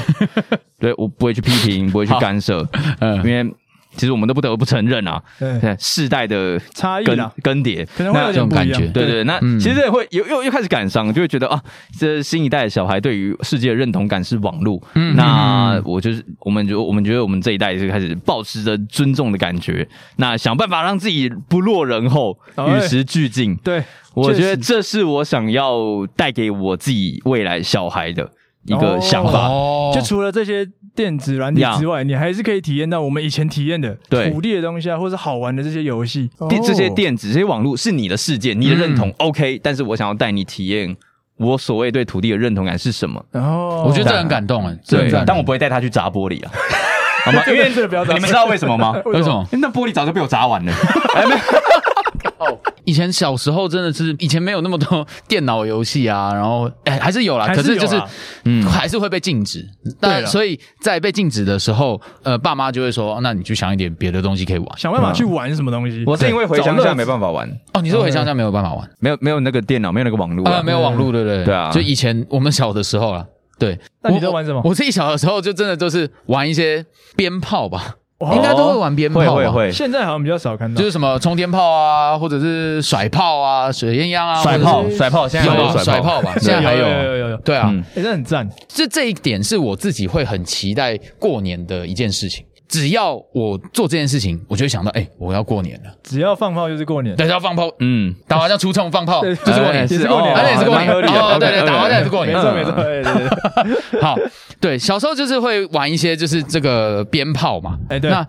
D: 对我不会去批评，不会去干涉，因
C: 嗯，
D: 为其实我们都不得不承认啊，
A: 对
D: 现在世代的
A: 哎差异
D: 更
A: 啦，
D: 更迭，
A: 可能会有
C: 这
A: 点
C: 种
A: 不一
C: 感觉
A: 样。
D: 对对，那
C: 嗯
D: 其实会又又又开始感伤，就会觉得啊，这新一代的小孩对于世界的认同感是网络。
C: 嗯
D: 那我就是我们就我们觉得我们这一代就开始保持着尊重的感觉，那想办法让自己不落人后，
A: 哎
D: 与时俱进。
A: 对，
D: 我觉
A: 确实
D: 得这是我想要带给我自己未来小孩的一个想法。
C: 哦
A: 就除了这些电子软体
D: 呀
A: 之外，你还是可以体验到我们以前体验的
D: 对
A: 土地的东西啊，或是好玩的这些游戏。
D: 电这些
A: 哦
D: 电子、这些网络是你的世界，你的认
C: 嗯
D: 同、OK，但是我想要带你体验我所谓对土地的认同感是什么。
A: 哦，
C: 我觉得这很感动哎，这
D: 对
C: 很感，
D: 但
C: 动。
D: 我不会带他去砸玻
E: *laughs*
D: 璃啊，好吗？因为
A: 这个不要这样
E: 哦
D: 你们知道为什么吗？
C: 为什么？
D: 那玻璃早就被我砸完了。
C: 以前小时候真的是，以前没有那么多电脑游戏啊，然后 *laughs* 哎还是有啦，
A: 还
C: 可
A: 是
C: 是
A: 有
C: 就是
A: 啦
C: 嗯还是会被禁止。
A: 对
C: 那
A: 了
C: 所以在被禁止的时候，呃，爸妈就会说，哦那你去想一点别的东西可以玩。
A: 想办法去玩什么东西。
E: *laughs* 我是因为回乡
A: 找乐
E: 下
A: 子
E: 没办法玩，
C: 哦，你是回乡下没有办法玩
E: 没有没有那个电脑，没有那个网络
C: 啊、没有网络，对不对？
E: 对啊
C: 就以前我们小的时候啦。对，
A: 那你在
C: 我
A: 玩什么
C: 我我自己小的时候就真的就是玩一些鞭炮吧，
A: 哦
C: 应该都会玩鞭炮吧，
E: 会会会，
A: 现在好像比较少看到，
C: 就是什么冲天炮啊，或者是甩炮啊、水鸳鸯啊，
E: 甩
C: 或
E: 炮
C: 者是
E: 甩炮，现在
C: 有
E: 还有
C: 啊甩炮吧，现在
A: 有
C: 还
A: 有
C: 有
A: 有有有有，
C: 对啊，
E: 嗯
A: 哎，这很赞。
C: 这这一点是我自己会很期待过年的一件事情。只要我做这件事情，我就会想到，哎、我要过年了，
A: 只要放炮就是过年，
C: 对，要放炮，
E: 嗯，
C: 打麻将出冲放炮，
A: 对
C: 就是过
A: 也。
C: 年
A: 是过年
C: 啊，那也是过年
E: 蛮合理的
C: 哦，对对，
E: OK，OK，
C: 打麻将也是过
A: 没
C: 年。
A: 错没错，对对对，
C: 好，对，小时候就是会玩一些就是这个鞭炮嘛。
A: 哎对
C: 那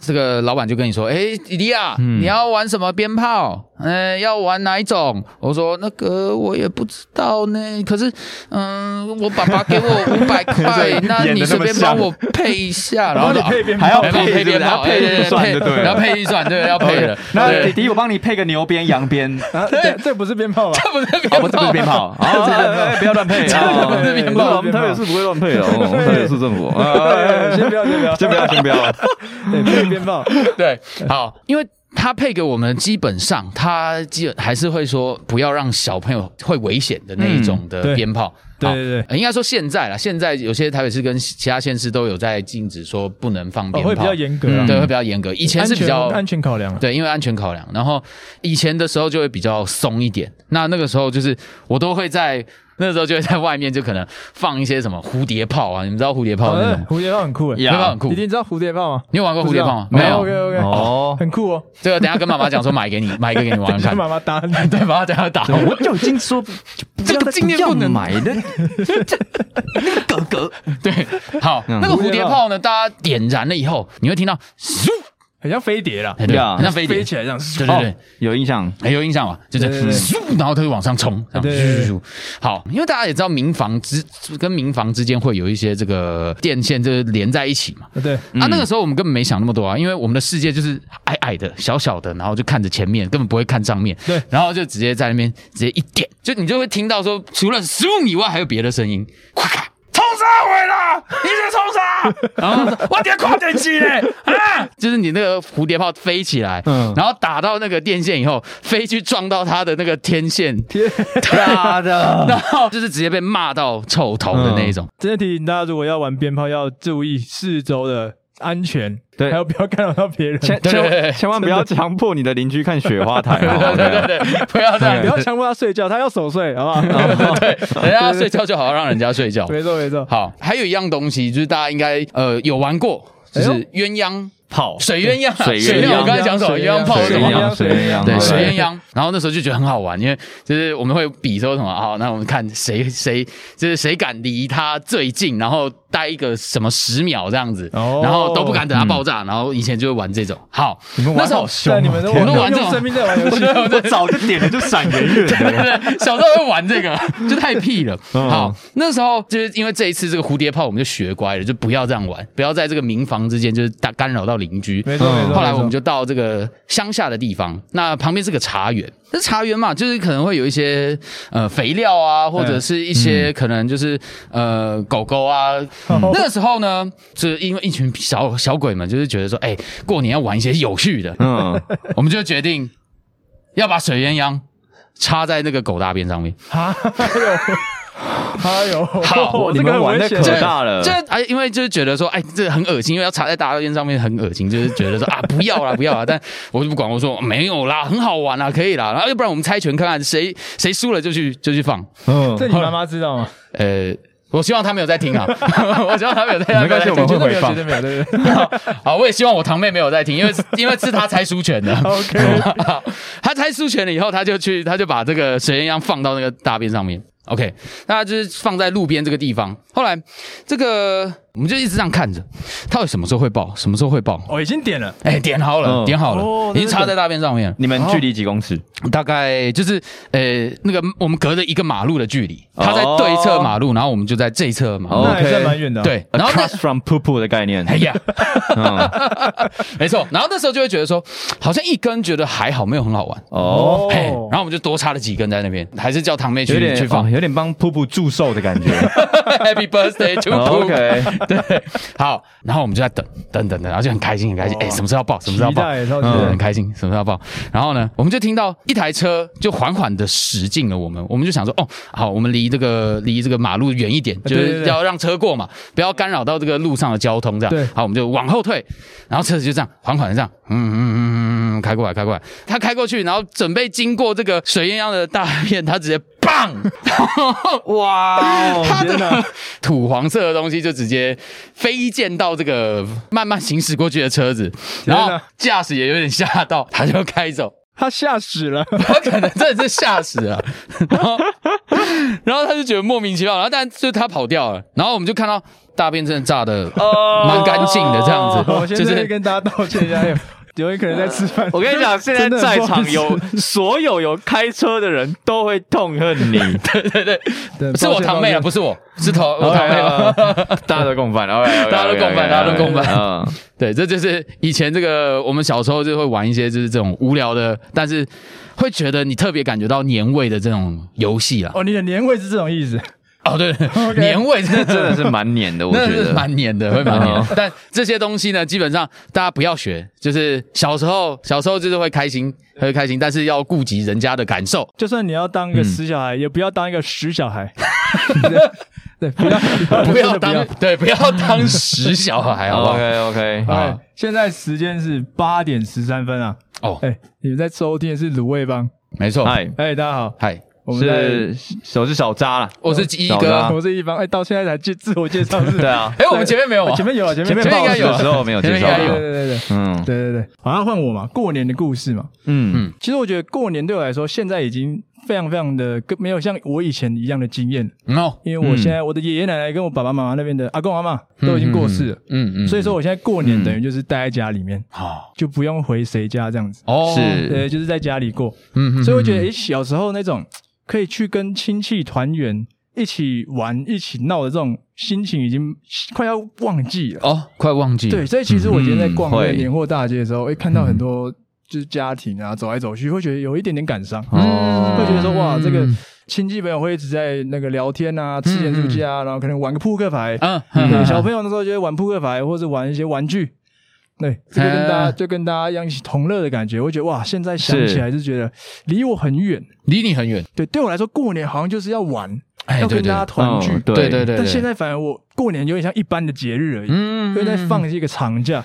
C: 这个老板就跟你说，哎，迪迪亚，你要玩什么鞭炮？嗯，要玩哪一种？我说那个我也不知道呢，可是嗯，我爸爸给我五百块，那
E: 演得
C: 你
E: 那
C: 随
E: 么
C: 便
E: 像
C: 帮我配一下，然
A: 然
C: 后
A: 后你
C: 就
A: 配边
D: 还要
C: 哎帮我配鞭炮，
D: 配
C: 哎
D: 对
C: 对
D: 不对要配预算
C: 对
D: 就对了
C: 对对要配预算，对，要配的。
D: 那
C: 对
D: 弟弟，我帮你配个牛鞭、羊
E: *laughs*
D: 鞭，
A: 啊对，这不是鞭炮吧？
C: 这不是鞭
D: 哦，
C: 炮
D: 不，这不是鞭炮，啊，哎哎不要乱
E: *laughs*
D: 配，啊
C: 不是鞭
A: 炮
D: 我们台北市不会乱配的，哦我们台北市政府，啊
A: 哎先不要先不要，
D: 先不要，先不
E: *laughs*
D: 要，
A: 对，不是鞭炮，
C: 对，好，因为他配给我们，基本上他基本还是会说不要让小朋友会危险的那一种
A: 嗯对
C: 的鞭炮。
A: 对
C: 好
A: 对对
C: 呃应该说现在啦，现在有些台北市跟其他县市都有在禁止说不能放
A: 哦
C: 鞭炮，
A: 会比较严格啊，
C: 嗯对，会比较严格。以前是比较
A: 安全安全考量啊，
C: 对，因为安全考量。然后以前的时候就会比较松一点，那那个时候就是我都会在那时候就会在外面就可能放一些什么蝴蝶炮啊，你们知道蝴蝶炮
A: 好
C: 那
A: 的
C: 种，
A: 蝴蝶炮很酷哎，
C: 那个很酷
A: 一。定知道蝴蝶炮吗？
C: 你有玩过蝴蝶炮吗？
A: 不知
C: 没
A: 道哦，
C: 有
A: ，OK OK，
E: 哦，
A: 很酷哦，
C: 这个等一下跟妈妈讲说买给
A: *laughs*
C: 你，买一个给你玩玩
A: 就是
C: 看。
A: 妈妈搭的，
C: 对，把他等下打。
A: *laughs*
D: 我就已经说
C: 这个今年不能
D: 买的，这那个哥哥，
C: 对，好，那个蝴蝶炮呢，大家点燃了以后，你会听到咻，
A: 很像飞碟啦，
C: 哎对，
D: Yeah，
C: 很像飞碟
A: 飞，起来这样，
C: 对对对
D: 哦。有印象，
C: 哎，有印象吧？就是
A: 对对对
C: 咻，然后它就往上冲，这样
A: 对对对
C: 咻咻咻。好，因为大家也知道民房之跟民房之间会有一些这个电线，就是连在一起嘛。
A: 对，
C: 啊，那个时候我们根本没想那么多啊，因为我们的世界就是矮矮的、小小的，然后就看着前面，根本不会看上面。
A: 对
C: 然后就直接在那边直接一点，就你就会听到说，除了食物以外，还有别的声音，快看。冲啥回啦？你在冲啥？然后说我点快点机嘞啊！就是你那个蝴蝶炮飞起来，
A: 嗯
C: 然后打到那个电线以后，飞去撞到它的那个天线，啊
D: 妈的，
C: 然后就是直接被骂到臭头的那一种。
A: 嗯真的提醒大家，如果要玩鞭炮，要注意四周的安全，
E: 对
A: 还有不要干扰到别人，
E: 千
C: 对对对
E: 千千万不要强迫你的邻居看雪花台，
D: 啊
E: *laughs* 好不
D: 哦
E: 好
C: 对对对对，不要这样
A: 不
C: 子，
A: 要强迫他睡觉，他要守岁，好不好？
C: 对，人家要睡觉就好好让人家睡觉。
A: *laughs* 没错没错，
C: 好，还有一样东西，就是大家应该呃有玩过，就是
A: 哎呦
C: 鸳鸯
E: 炮
C: 水鸳�鸯啊，
E: 水鸳鸯
C: 鸯。我刚才讲什么？鸳
A: 水
C: 鸯炮是
A: 水
C: 什
A: 鸯
C: 么？
A: 水鸯
C: 对，
E: 水
C: 水鸳鸯。然后那时候就觉得很好玩，因为就是我们会比说什么好，那我们看谁谁就是谁敢离他最近，然后待一个什么十秒这样子，
A: 哦
C: 然后都不敢等他爆炸。然后以前就会玩这种。好，那时候
A: 在啊你们都
C: 我都玩这
A: 用
C: 种
A: 生命在玩游戏，
D: *laughs* 我早就点了就闪远远
C: 对
D: 的，
C: 对对， *laughs* 小时候会玩
A: *laughs*
C: 这个，就太屁了。
A: 嗯
C: 好，那时候就是因为这一次这个蝴蝶炮，我们就学乖了，就不要这样玩，不要在这个民房之间就是打干扰到邻居。
A: 没错没错。
C: 后来我们就到这个乡下的地方，那旁边是个茶园。那茶园嘛，就是可能会有一些呃肥料啊，或者是一
A: 嗯
C: 些可能就是、呃狗狗啊。
A: 哦
C: *laughs* 那个时候呢，就是因为一群小小鬼们，就是觉得说，哎、过年要玩一些有趣的，
E: 嗯，
C: 我们就决定要把水鸳鸯插在那个狗大便上面。
A: 哎呦，
C: 好
A: 这
E: 你
A: 个
E: 们
A: 很
E: 玩
A: 危
E: 的
A: 险
E: 可大了
C: 这，哎，因为就是觉得说，哎，这很恶心，因为要插在大便上面很恶心，就是觉得说啊，不要啦，不要啦。但我就不管，我说没有啦，很好玩啦，可以啦。然后要不然我们猜拳看看谁谁输了就去就去放。
E: 嗯，
A: 这你妈妈知道吗？
C: 呃，我希望他没有在听啊，我希望他没有在听。
E: 没关系
C: 他
E: 我们
C: 在
E: 会
C: 听
E: 回放
A: 绝对没有，对不对？
C: 好，我也希望我堂妹没有在听，因为因为是她猜输拳的。OK，她猜输拳了以后，她就去，她就把这个水鸳鸯放到那个大便上面。OK，那她就是放在路边这个地方。后来这个我们就一直这样看着，到底什么时候会爆，什么时候会爆？
A: 哦，已经点了，
C: 哎、点好了，
E: 嗯
C: 点好了，
A: 哦
C: 已经插在大便上面了。
E: 你们距离几公尺？
C: 大概就是呃，那个我们隔着一个马路的距离，
E: 哦
C: 她在对侧马路，然后我们就在这一侧马路。
A: 那还
E: OK
A: 算蛮远的哦。
E: *laughs*
C: 对，然后那哎
E: Across from poo poo 的概念，
C: 哎呀，
E: 嗯
C: 没错。然后那时候就会觉得说，好像一根觉得还好，没有很好玩。
E: 哦，
C: 嘿，然后我们就多插了几根在那边，还是叫堂妹
E: 有
C: 去去
E: 点哦
C: 放。
E: 有点帮瀑布祝寿的感
C: *laughs*
E: 觉。
C: Happy birthday to
E: Oh,
C: you！
E: OK
C: *laughs* 对，好，然后我们就在等等等等，然后就很开心很开心，哎、什么时候要报？什么时候要报？
A: 期待超级
C: 嗯，很开心，什么时候要报？然后呢，我们就听到一台车就缓缓的驶进了我们，我们就想说，哦，好，我们离这个离这个马路远一点，就
A: 对对
C: 是
A: 对
C: 要让车过嘛，不要干扰到这个路上的交通，这样。
A: 对
C: 好，我们就往后退，然后车子就这样缓缓的这样，嗯嗯嗯嗯嗯，开过来，开过来，他开过去，然后准备经过这个水鸳鸯的大片，他直接 *laughs* 棒，
E: 哇哦，
C: 它的土黄色的东西就直接飞溅到这个慢慢行驶过去的车子，然后驾驶也有点吓到，他就开走。
A: 他吓死了，
C: 他可能真的是吓死了， *laughs* 然后，然后他就觉得莫名其妙，然后但就他跑掉了，然后我们就看到大便真的炸的蛮干净的这样
A: 我
C: 子，
A: 先
C: 就
A: 哦在这
C: 是
A: 跟大家道歉一下，还有有人可能在吃饭。
E: *laughs* 我跟你讲，现在
A: 真的
E: 在
A: 很不好意
E: 场
A: 思
E: 有所有有开车的人
D: *laughs*
E: 都会痛 *laughs* 恨你，
A: 对
C: *laughs* 是
A: 抱
C: 我
A: 歉
C: 堂
A: 抱
C: 妹啊，
A: 歉
C: 不是我，是头我
A: 哎
C: 堂妹啊。
E: OK，大哎家都
C: *laughs*
E: 共犯，OK，哦哎
C: 大家都共犯大家都共犯
E: 嗯，
C: 对，这就是以前这个我们小时候就会玩一些就是这种无聊的，但是会觉得你特别感觉到年味的这种游戏啦。
A: 哦，你的年味是这种意思，
C: 哦，对，对年味 *laughs* 真的
D: 真的是蛮黏
C: *laughs*
D: 的，我
C: 那
D: 觉
C: 是
D: 得。
C: 蛮黏的，会蛮黏的。但这些东西呢，基本上大家不要学。就是小时候，小时候就是会开心，会开心，但是要顾及人家的感受。
A: 就算你要当一个死小孩，也不要当一个死小孩。对，不要
C: 不
A: 哦真
C: 要
A: 的不
C: 当
A: 要。
C: 对，不要当死小孩，
E: 哦
C: 好不
D: *laughs*
C: 好？
D: OK OK，
A: 哎，现在时间是八点十三分啊！
C: 哦，
A: 哎，你们在收听的是卤味帮。
C: 没错。
D: 嗨，
A: 哎，大家好，
C: 嗨，
A: 我们在
D: 是手是小渣啦，
C: 我是一
D: 找
C: 哥
D: 他。
A: 我是一方。哎，到现在才介自我介绍
C: *laughs*
A: 是？
D: 对啊，
C: 哎，我们前面没有
A: 哦
C: 啊？
A: 前面有啊，前面
D: 前面
C: 前面应
D: 报
C: 该
D: 时
C: 有
D: 的时候没有介绍
C: 前面
A: 对
C: 应该
A: 对
D: 到，
C: 啊
E: 啊
A: 对对对。对
D: 嗯
A: 对对，好，那换我嘛，过年的故事嘛。
D: 嗯
A: 其实我觉得过年对我来说，现在已经非常非常的跟没有像我以前一样的经验了，
C: no，
A: 因为我现在、我的爷爷奶奶跟我爸爸妈妈那边的阿公阿妈都已经过世了，
C: 嗯嗯，
A: 所以说我现在过年等于就是待在家里面，
C: 好
A: 就不用回谁家这样子，
C: 哦，
A: 对，
D: 是，
A: 就是在家里过。
C: 嗯嗯
A: 所以我觉得，诶、小时候那种可以去跟亲戚团圆、一起玩、一起闹的这种心情，已经快要忘记了。
C: 哦，快忘记了
A: 对，所以其实我今天在逛
D: 嗯
A: 那个
D: 会
A: 年货大街的时候，会看到很
C: 嗯
A: 多就是家庭啊走来走去，会觉得有一点点感伤，
D: 哦
A: 会觉得说哇，这个
C: 嗯
A: 亲戚朋友会一直在那个聊天啊，吃盐酥鸡啊，然后可能玩个扑克牌，
C: 嗯
A: 对，
C: 嗯，
A: 小朋友那时候就会玩扑克牌或者玩一些玩具。对，就跟大家
C: 哎
A: 就跟大家一样一起同乐的感觉，我觉得哇，现在想起来就觉得离我很远。
C: 离你很远，
A: 对，对我来说，过年好像就是要玩，
C: 哎，
A: 要
C: 对
A: 跟
C: 对
A: 大家团
E: 哦
A: 聚。
D: 嗯对
C: 对对对，
A: 但现在反而我过年有点像一般的节日而已，
C: 嗯
A: 就在放一个长假。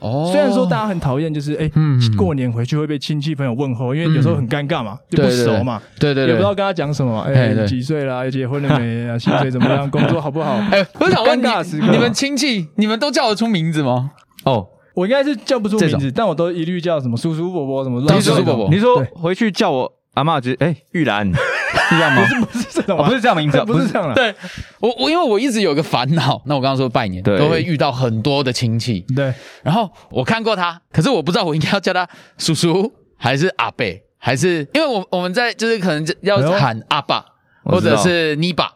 C: 哦，
A: 虽然说大家很讨厌，就是哎、
C: 嗯嗯
A: 过年回去会被亲戚朋友问候，因为有时候很尴尬嘛，就不
C: 对对对
A: 熟嘛，
C: 对对
A: 也不知
C: 对
A: 道。跟他讲什么，哎、
C: 哎对
A: 你几岁啦，结婚了没啊，薪水怎么
C: *laughs*
A: 样，工作好不好？
C: 哎，我想问
A: 尴尬时
C: 你，
A: 刻
C: 你们亲戚，你们都叫得出名字吗？
E: 哦，
A: 我应该是叫不出
D: 这
A: 名字，但我都一律叫什么叔叔伯伯什么乱
C: 当
A: 七
C: 叔
A: 八糟，
C: 叔伯伯
E: 你说
A: 对
E: 回去叫我阿妈直接，哎，玉兰是这样吗？
A: 不是这种
E: 哦
A: 吧，
E: 不是这样名字啊，
A: 不是这样了，
C: 对我，我因为我一直有个烦恼，那我刚刚说拜年
E: 对
C: 都会遇到很多的亲戚，
A: 对，
C: 然后我看过他，可是我不知道我应该要叫他叔叔还是阿伯，还是因为我我们在就是可能要
A: 哎呦
C: 喊阿爸或
E: 我知道
C: 者是你爸。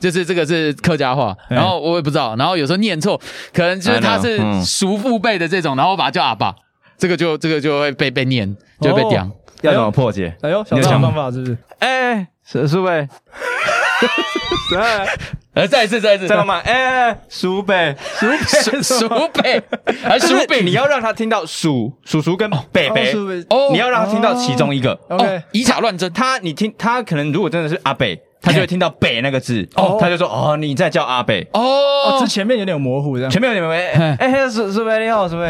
C: 就是这个是客家话，
A: 哎
C: 然后我也不知道，然后有时候念错，可能就是他
D: I know，
C: 是
D: 嗯
C: 叔父辈的这种，然后我把他叫阿爸，这个就这个就会被被念，就会被
A: 哦
C: 讲。
E: 要怎么破解？
A: 哎呦，想
E: 你有
A: 到
E: 想
A: 方法是不是？
E: 哎，叔叔呗，
C: 呃，再一次，再一次，
E: 再慢慢，哎，叔呗，
C: *laughs* 叔叔辈，还
E: 就
C: 叔
E: 是
C: 辈，
E: *laughs* 你要让他听到叔叔叔跟北
A: 哦
D: 哎
E: 北
A: 叔伯
C: 哦
E: 你要让他听到其中一个。
A: OK，
C: 哦，以假乱真，
E: 他你听他可能如果真的是阿北，他就会听到北那个字，
A: 哦
E: 他就说哦你在叫阿北。
A: 哦，
C: 哦
A: 之，前面有点模糊这样，
E: 前面有你们喂
C: 嘿
E: 哎哎叔叔伯你好叔伯。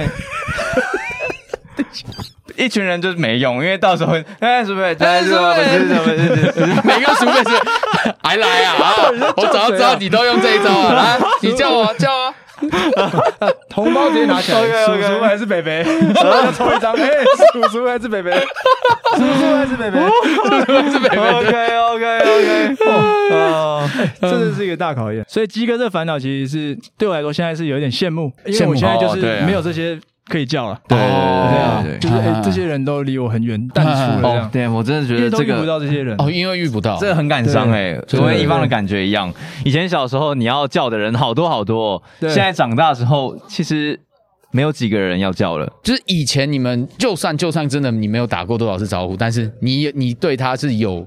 E: 一群人就是没用，因为到时候哎叔伯，哎叔伯，不是不是不是，
C: 每个叔辈是还来啊啊！我早就知道你都用这一招啊，来，你叫我叫啊，
A: 红包直接拿起来，哎
E: OK，OK
A: 叔叔还是北北，要抽一张，哎，叔叔还是北北，叔叔还是北北，
C: 是北北
E: OK OK OK，哦，
A: 这真是一个大考验。所以鸡哥这烦恼其实是对我来说现在是有点羡慕，因为我现在就
D: 哦对
A: 是
D: 啊
A: 没有这些可以叫了。
D: 对
A: 啊
D: 对对对，
A: 就是哎
C: 啊，
A: 这些人都离我很远，淡出了这
D: 哦
A: 样，，
D: 对我真的觉
A: 因为
D: 得
A: 都
D: 这
A: 遇不
D: 个
A: 到这些人。
C: 哦，因为遇不到，
D: 这个很感伤哎，就跟一方的感觉一样。以前小时候你要叫的人好多好多，
A: 对
D: 现在长大之后，其实没有几个人要叫了。
C: 就是以前你们就算就算真的你没有打过多少次招呼，但是你你对他是有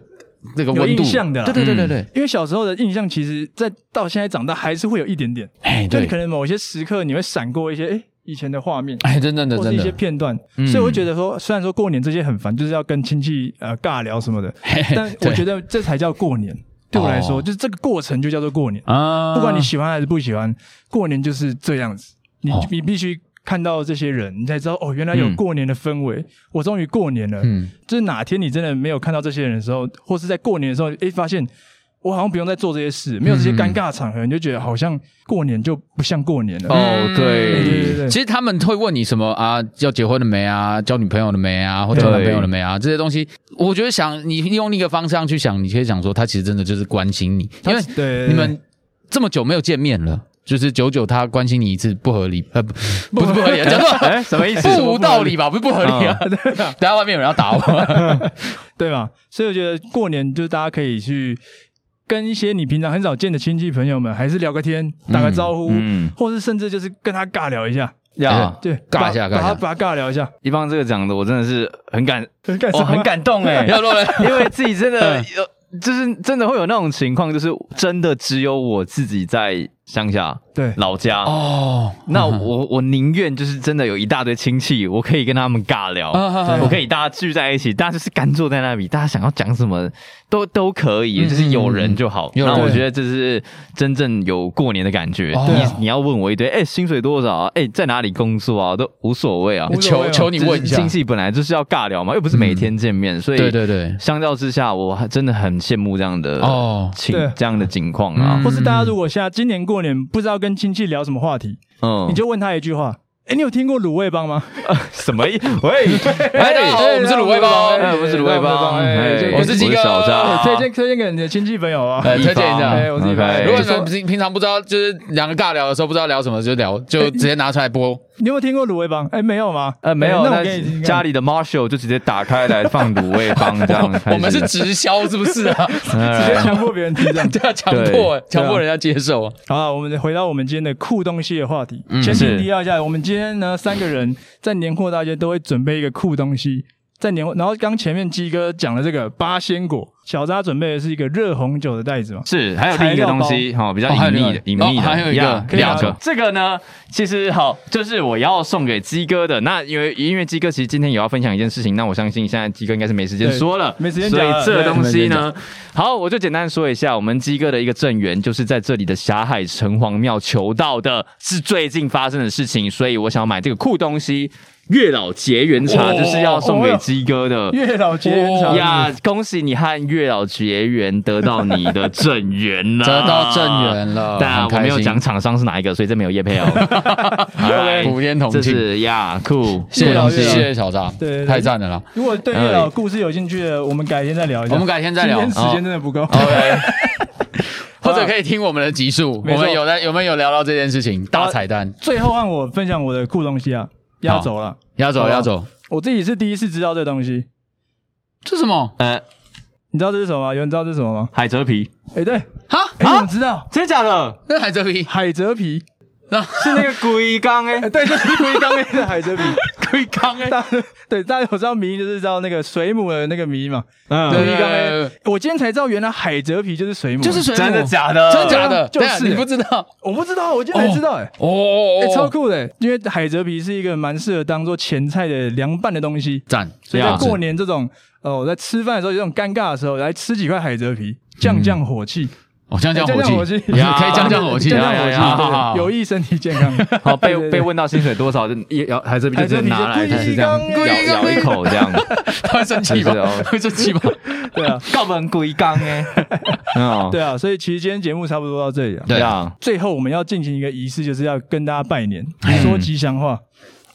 C: 这个
A: 有
C: 温度
A: 印象的啦嗯
C: 对对对对对，
A: 因为小时候的印象，其实在到现在长大还是会有一点点，
C: 哎
A: 就你
C: 对
A: 可，能某些时刻你会闪过一些哎、诶以前的画面，
C: 哎真的真的
A: 或是
C: 真
A: 一些
C: 的，
A: 片段，所以我会觉得说，虽然说过年这些很烦，就是要跟亲戚呃尬聊什么的，但我
C: *laughs* 对
A: 觉得这才叫过年。对我来说，
C: 哦
A: 就是这个过程就叫做过年，
C: 啊
A: 不管你喜欢还是不喜欢，过年就是这样子。你
C: 哦
A: 你必须看到这些人，你才知道哦，原来有
E: 嗯
A: 过年的氛围。我终于过年了，
C: 嗯
A: 就是哪天你真的没有看到这些人的时候，或是在过年的时候，诶，发现我好像不用再做这些事，没有
C: 嗯
A: 这些尴尬的场合，你就觉得好像过年就不像过年了。
D: 哦，
A: 对对对
D: 对，
A: 对，
C: 其实他们会问你什么啊？要结婚了没啊？交女朋友了没啊？或交男朋友了没啊？这些东西，我觉得想你用另一个方向去想，你可以想说，他其实真的就是关心你，因为
A: 对对对
C: 你们这么久没有见面了，就是久久他关心你一次，不合理，呃，不不是不合理啊，叫做
E: 哎，什么意思？
C: 不无道理吧？不是不合理啊！ *laughs* 等下外面有人要打我，
A: 对吧？所以我觉得过年就是大家可以去跟一些你平常很少见的亲戚朋友们，还是聊个天，打个招呼，
D: 嗯
A: 或是甚至就是跟他尬聊一下，
D: 呀，
A: 对，
C: 尬一
A: 把
C: 下尬一
A: 把他
C: 下
A: 把他尬聊一下，
D: 哎一方这个讲的，我真的是很感，
A: *laughs* 干什
D: 我
A: 么
D: 很感动哎，
C: *laughs* 要嗯落人。
D: 因为自己真
C: *laughs*
D: 的有，就是真的会有那种情况，就是真的只有我自己在乡下
A: 对
D: 老家。
C: 哦，
D: 那我 *laughs* 我宁愿就是真的有一大堆亲戚，我可以跟他们尬聊，
C: 啊啊啊
D: 我可以大家聚在一起，大家就是干坐在那里，大家想要讲什么都都可以，
C: 嗯
D: 就是有人就好。
C: 有
D: 那
C: 人
D: 我觉得这是真正有过年的感觉。
C: 哦
D: 你你要问我一堆，哎、薪水多少啊？哎、在哪里工作啊？都无所谓啊。
A: 无所谓
C: 求
A: 啊
C: 求你问一
D: 就是
C: 下
D: 亲，戚本来就是要尬聊嘛，又不是每天见面，所以
C: 对对对，
D: 相较之下，我还真的很羡慕这样的
C: 哦
D: 情
A: 对
D: 这样的境况啊
C: 嗯。
A: 或是大家如果现在今年过年不知道跟亲戚聊什么话题，
D: 嗯，
A: 你就问他一句话。哎，你有听过卤味帮吗？
D: 什么意？喂，
C: 哎，大家
D: 哦
C: 好，我们是卤味包，
D: 哎我是卤味帮哎
A: 这个哎
C: 我是鸡哥
D: 小
C: 啊
D: 张，
A: 推荐推荐给你的亲戚朋友啊。
C: 哎推荐一下
A: 哎，我自己拍。
D: OK
C: 如果
A: 就
C: 你们
A: 说
C: 平平常不知道，就是两个尬聊的时候不知道聊什么，就聊就
A: 嗯
C: 直接拿出来播。
A: 你有没有听过卤味帮？哎，没有吗？
D: 呃，没有，
A: 哎那
D: 那
A: 我给你听听看
E: 家里的 Marshall 就直接打开来放卤味帮
A: *laughs*
E: 这样开始。哎
C: 我们是直销是不是 *laughs* 啊？
A: 直接强迫别人听这样。
C: 对啊，强迫强迫人家接受啊。
A: 好了，我们回到我们今天的酷东西的话题。先前提要一下，我们今天呢三个人在年货大街都会准备一个酷东西，在年货，然后刚前面鸡哥讲了这个八仙果，小扎准备的是一个热红酒的袋子嘛，
E: 是，还有另一个东西，哈、哦，比较
C: 哦还有
E: 隐
C: 另
E: 秘
C: 外
E: 的，隐秘的，
C: 哦还有一个
E: 呀
A: 可以拿
E: 两个啊
A: 走。
E: 这个呢，其实好，就是我要送给鸡哥的。那因为因为鸡哥其实今天也要分享一件事情，那我相信现在鸡哥应该是没时间
A: 对
E: 说了，
A: 没时间
E: 所
A: 讲
E: 以
A: 了
E: 这个
A: 对
E: 东
A: 没时
E: 西
A: 间
E: 呢，好，我就简单说一下，我们鸡哥的一个正缘就是在这里的霞海城隍庙求道的，是最近发生的事情，所以我想买这个酷东西。月老结缘茶
C: 哦
E: 就是要送给
A: 哦
E: 鸡哥的，
D: 呃
A: 月老结缘
D: 哦
A: 茶。
E: 哦呀，恭喜你和月老结缘，得到你的正缘了，
C: 得到正缘了
E: 但
C: 很开
E: 我没有
C: 心
E: 讲厂商是哪一个，所以这没有
C: *laughs*
E: 叶配哦。
C: OK，普 *laughs* 天同庆
E: 这是呀酷，
C: 谢谢
A: 对啊
C: 老师，
A: 对啊
C: 谢谢小扎
A: 对对，对
C: 太赞了啦。
A: 如果对月老故事有兴趣的，我们改天再聊一下。
C: 我们改天再聊
A: 今天时间真的不够。
C: OK，或者可以听我们的集数，
A: 啊没
C: 我
A: 错
C: 们有在有没有聊到这件事情？大彩蛋，
A: *laughs* 最后让我分享我的酷东西啊，压轴了。
C: 压轴
A: 好啊
C: 压轴，
A: 我自己是第一次知道这东西，
C: 这什么？
A: 你知道这是什么吗？有人知道这是什么吗？
E: 海蜇皮，
A: 哎，对，
C: 哈
A: 哎，你怎
C: 啊
A: 么，知道？
E: 真的假的？
C: 那海蜇皮，
A: 海蜇皮，
C: 那
E: 是那个龟缸哎 *laughs*
A: 哎，，对，就是龟缸内的海蜇皮。
C: 龟缸哎，
A: 大家 *laughs* 对大家有知道迷就是知道那个水母的那个迷嘛？
E: 嗯
A: 对
C: 对
A: 对
C: 对对
A: 对，我今天才知道原来海蜇皮就是水母，
C: 就是水母，
E: 真的假的？
C: 真的假的？
A: 就是
C: 对啊你不知道
A: 我不知道，我今天才知道哎、欸。
C: 哦哦
A: 哎、
C: 哦，
A: 超酷的、欸！因为海蜇皮是一个蛮适合当做前菜的凉拌的东西，
C: 赞，
A: 所以在
E: 了解
A: 过年这种呃，我在吃饭的时候有这种尴尬的时候，来吃几块海蜇皮，降降火气，
C: 哦，降降
A: 哎
C: 火气， *laughs* 可
E: 呀
C: 以降降火
A: *laughs*
C: 气，
A: 降降
E: 呀
A: 火气
E: 呀呀
A: 对
C: 呀
A: 对对，有益身体健康。
E: 好，被
A: 对对对
E: 被问到薪水多少，就一咬海蜇皮就欸直接拿来，
A: 海蜇皮就
E: 就是这样
A: 龟
E: 咬
C: 缸
E: 咬一口这 *laughs* 样，
C: 他会生气吧
E: 是哦？
C: 会生气吧？
A: 对啊，
E: 告本龟缸
D: 欸
E: *laughs* 哎，嗯，
A: 对啊，所以其实今天节目差不多到这里了。
C: 对啊，
E: 呀，
A: 最后我们要进行一个仪式，就是要跟大家拜年，
C: 嗯
A: 说吉祥话，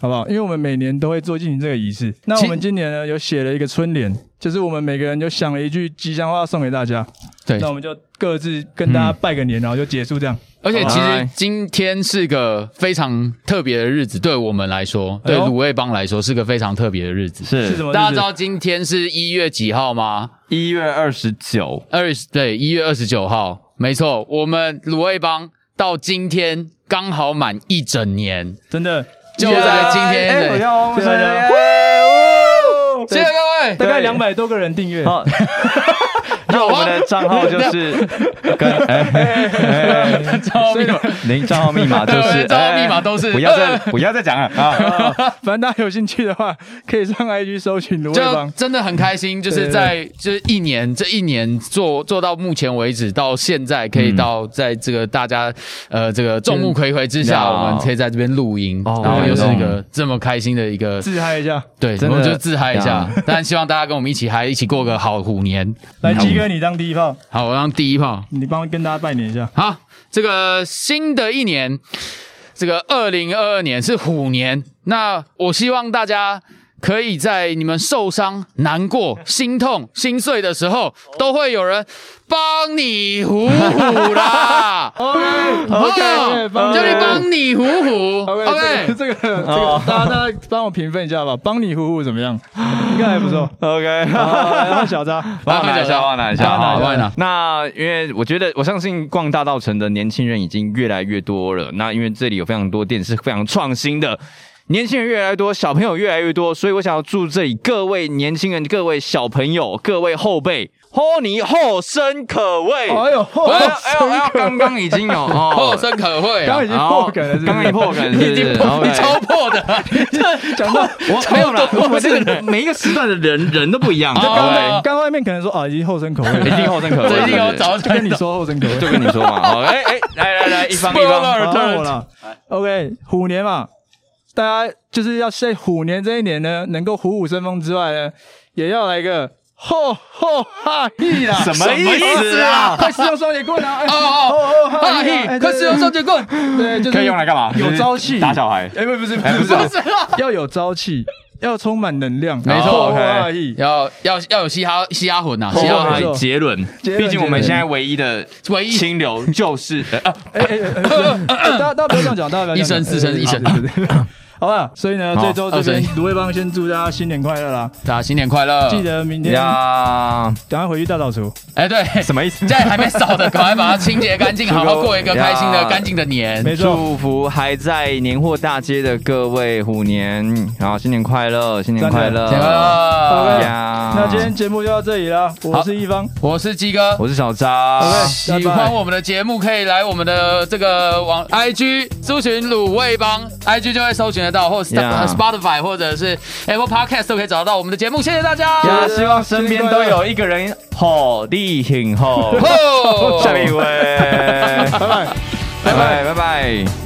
A: 好不好？因为我们每年都会做进行这个仪式。那我们今年呢，有写了一个春联，就是我们每个人就想了一句吉祥话送给大家。
C: 对嗯
A: 那，我们就各自跟大家拜个年，然后就结束这样。
C: 而且其
E: 哎
C: 实今天是个非常特别的日子，对我们来说，
A: 哎
C: 对
A: 呦
C: 卤味帮来说是个非常特别的日子。
E: 是
A: 是什么日子？
C: 大家知道今天是一月几号吗？
E: 一月二十九，
C: 二十对，一月二十九号，没错，我们卤味帮到今天刚好满一整年，
A: 真的
C: 就这个今天
E: 哎我
C: 的，
E: 要我
A: 对啊
E: 们
C: 谢谢各
A: 大
C: 位。
A: 概两百多个人订阅，
E: 好，那我们的账号就是跟哎哎哎哎，
C: 招密码，
E: 您账号密码就是
C: 对账号
E: 哎
C: 密码都是
E: 不要再不要再讲了啊！
A: *laughs* 反正大家有兴趣的话，可以上 IG 搜寻卢伟
C: 就
A: 邦。
C: 真的很开
E: 嗯
C: 心，就是在就是一年这一年做做到目前为止到现在，可以到在这个大家呃这个众目睽睽之下，
E: 嗯
C: 我们可以在这边录音，
E: 哦
C: 然后又是一个这么开心的一个，
A: 自嗨一下，
C: 对，我
E: 真的
C: 们就自嗨一
E: *laughs*
C: 下。但希望大家跟我们一起嗨，一起过个好虎年。
A: 来鸡哥，你当第一炮，
C: 好，我让第一炮。
A: 你帮跟大家拜年一下。
C: 好，这个新的一年，这个二零二二年是虎年，那我希望大家。可以在你们受伤、难过、心痛、心碎的时候，都会有人帮你虎虎啦。
A: OK，帮你
C: 就是帮你虎虎。OK，
A: 这个这个这
E: 哦
A: 个，大家大家帮我评分一下吧，帮你呼呼怎么样？应该还不 *laughs* 错。
E: OK，
A: 好来换小扎，
E: 帮我拿一下，帮我拿一下，
C: 好，
E: 好
C: 万了。
D: 那因为我觉得，我相信逛大道城的年轻人已经越来越多了。那因为这里有非常多店是非常创新的，年轻人越来越多，小朋友越来越多，所以我想要祝这里各位年轻人、各位小朋友、各位后辈，吼你后生可畏。
A: 哎呦， *laughs*
D: 哎呦
A: 刚
D: 哎呦哎呦，刚刚已经有
C: 后 *laughs*
D: 哦。
C: 生可会啊
A: 刚已，经破梗了，是不是
D: 刚刚已经破梗了，
C: 你
D: 是不是
C: 已经破，你
D: OK
C: 超破的。
A: 讲到
D: 我没有啦，我们这个
E: *laughs*
D: 每一个时段的人人都不
E: 啊
D: 一样，
C: 哦
A: 刚
D: 对
A: 刚刚外面可能说啊，已经后生口味
D: 不对，一
E: *laughs*
A: 了，
D: 定后生可畏，
C: 最近有找
A: 就跟你说后生口味，
D: 就跟你说嘛，好，哎哎，来来来，一方一方，
A: 好
C: Spoiler
A: 换我了。OK，虎年嘛，大家就是要在虎年这一年呢，能够虎虎生风之外呢，也要来个吼吼哈嘿啦。哎
E: 什么意思啊？
A: 快使用双截棍啊！哎
C: 哦哦
A: 吼吼
C: 哈
A: 哈嘿
C: 嘿，
A: 啦，
C: 快使用双截棍，
A: 棍，对，就是
E: 可以用来干嘛？
A: 有朝气，
E: 打小孩。
A: 哎，不不是
E: 哎，不是
C: 不是啊
A: *laughs* 要有朝气，要充满能量，哦哎
C: 没错
A: 吼吼
E: OK
A: 哈嘿
C: 要要要有嘻哈嘻哈混呐，嘻哈
A: 哦
C: 混。
A: 没错
D: 杰伦，
A: 杰伦
D: 哎毕竟我们现在唯一的
C: 唯一
D: 清流就是呃啊，
A: 哎哎哎哎不是哎，大家大家不要这样讲，大家不要这样讲
C: 一生四生
A: 哎
C: 一生
A: 对对对对好吧，所以呢，这周这边
C: 二
A: 卢卫邦先祝大家新年快乐啦！
C: 大家新年快乐！
A: 记，得明天
D: 呀，
A: 赶快回去大扫除。
C: 哎，对，
E: 什么意思
C: 现？在还没扫的，赶快把它清洁干净，好好过一个开心的、
D: 呀
C: 干净的年。
A: 没错，
D: 祝福还在年货大街的各位虎年，然后新年快乐，新年快乐，
C: 新年快乐！
D: 呀！
A: 那今天节目就到这里啦。我是一方，
C: 我是鸡哥，
D: 我是小扎，
A: OK 拜拜
C: 喜欢我们的节目可以来我们的这个网 IG 搜寻卤味帮，IG 就会搜寻得到，或者
D: Yeah
C: Spotify 或者是 Apple Podcast 都可以找得到我们的节目。谢谢大家。
D: 呀，希望身边都有一个人吼力挺吼。
C: 哦
D: 下一位，
A: 拜拜。
D: 拜拜拜拜。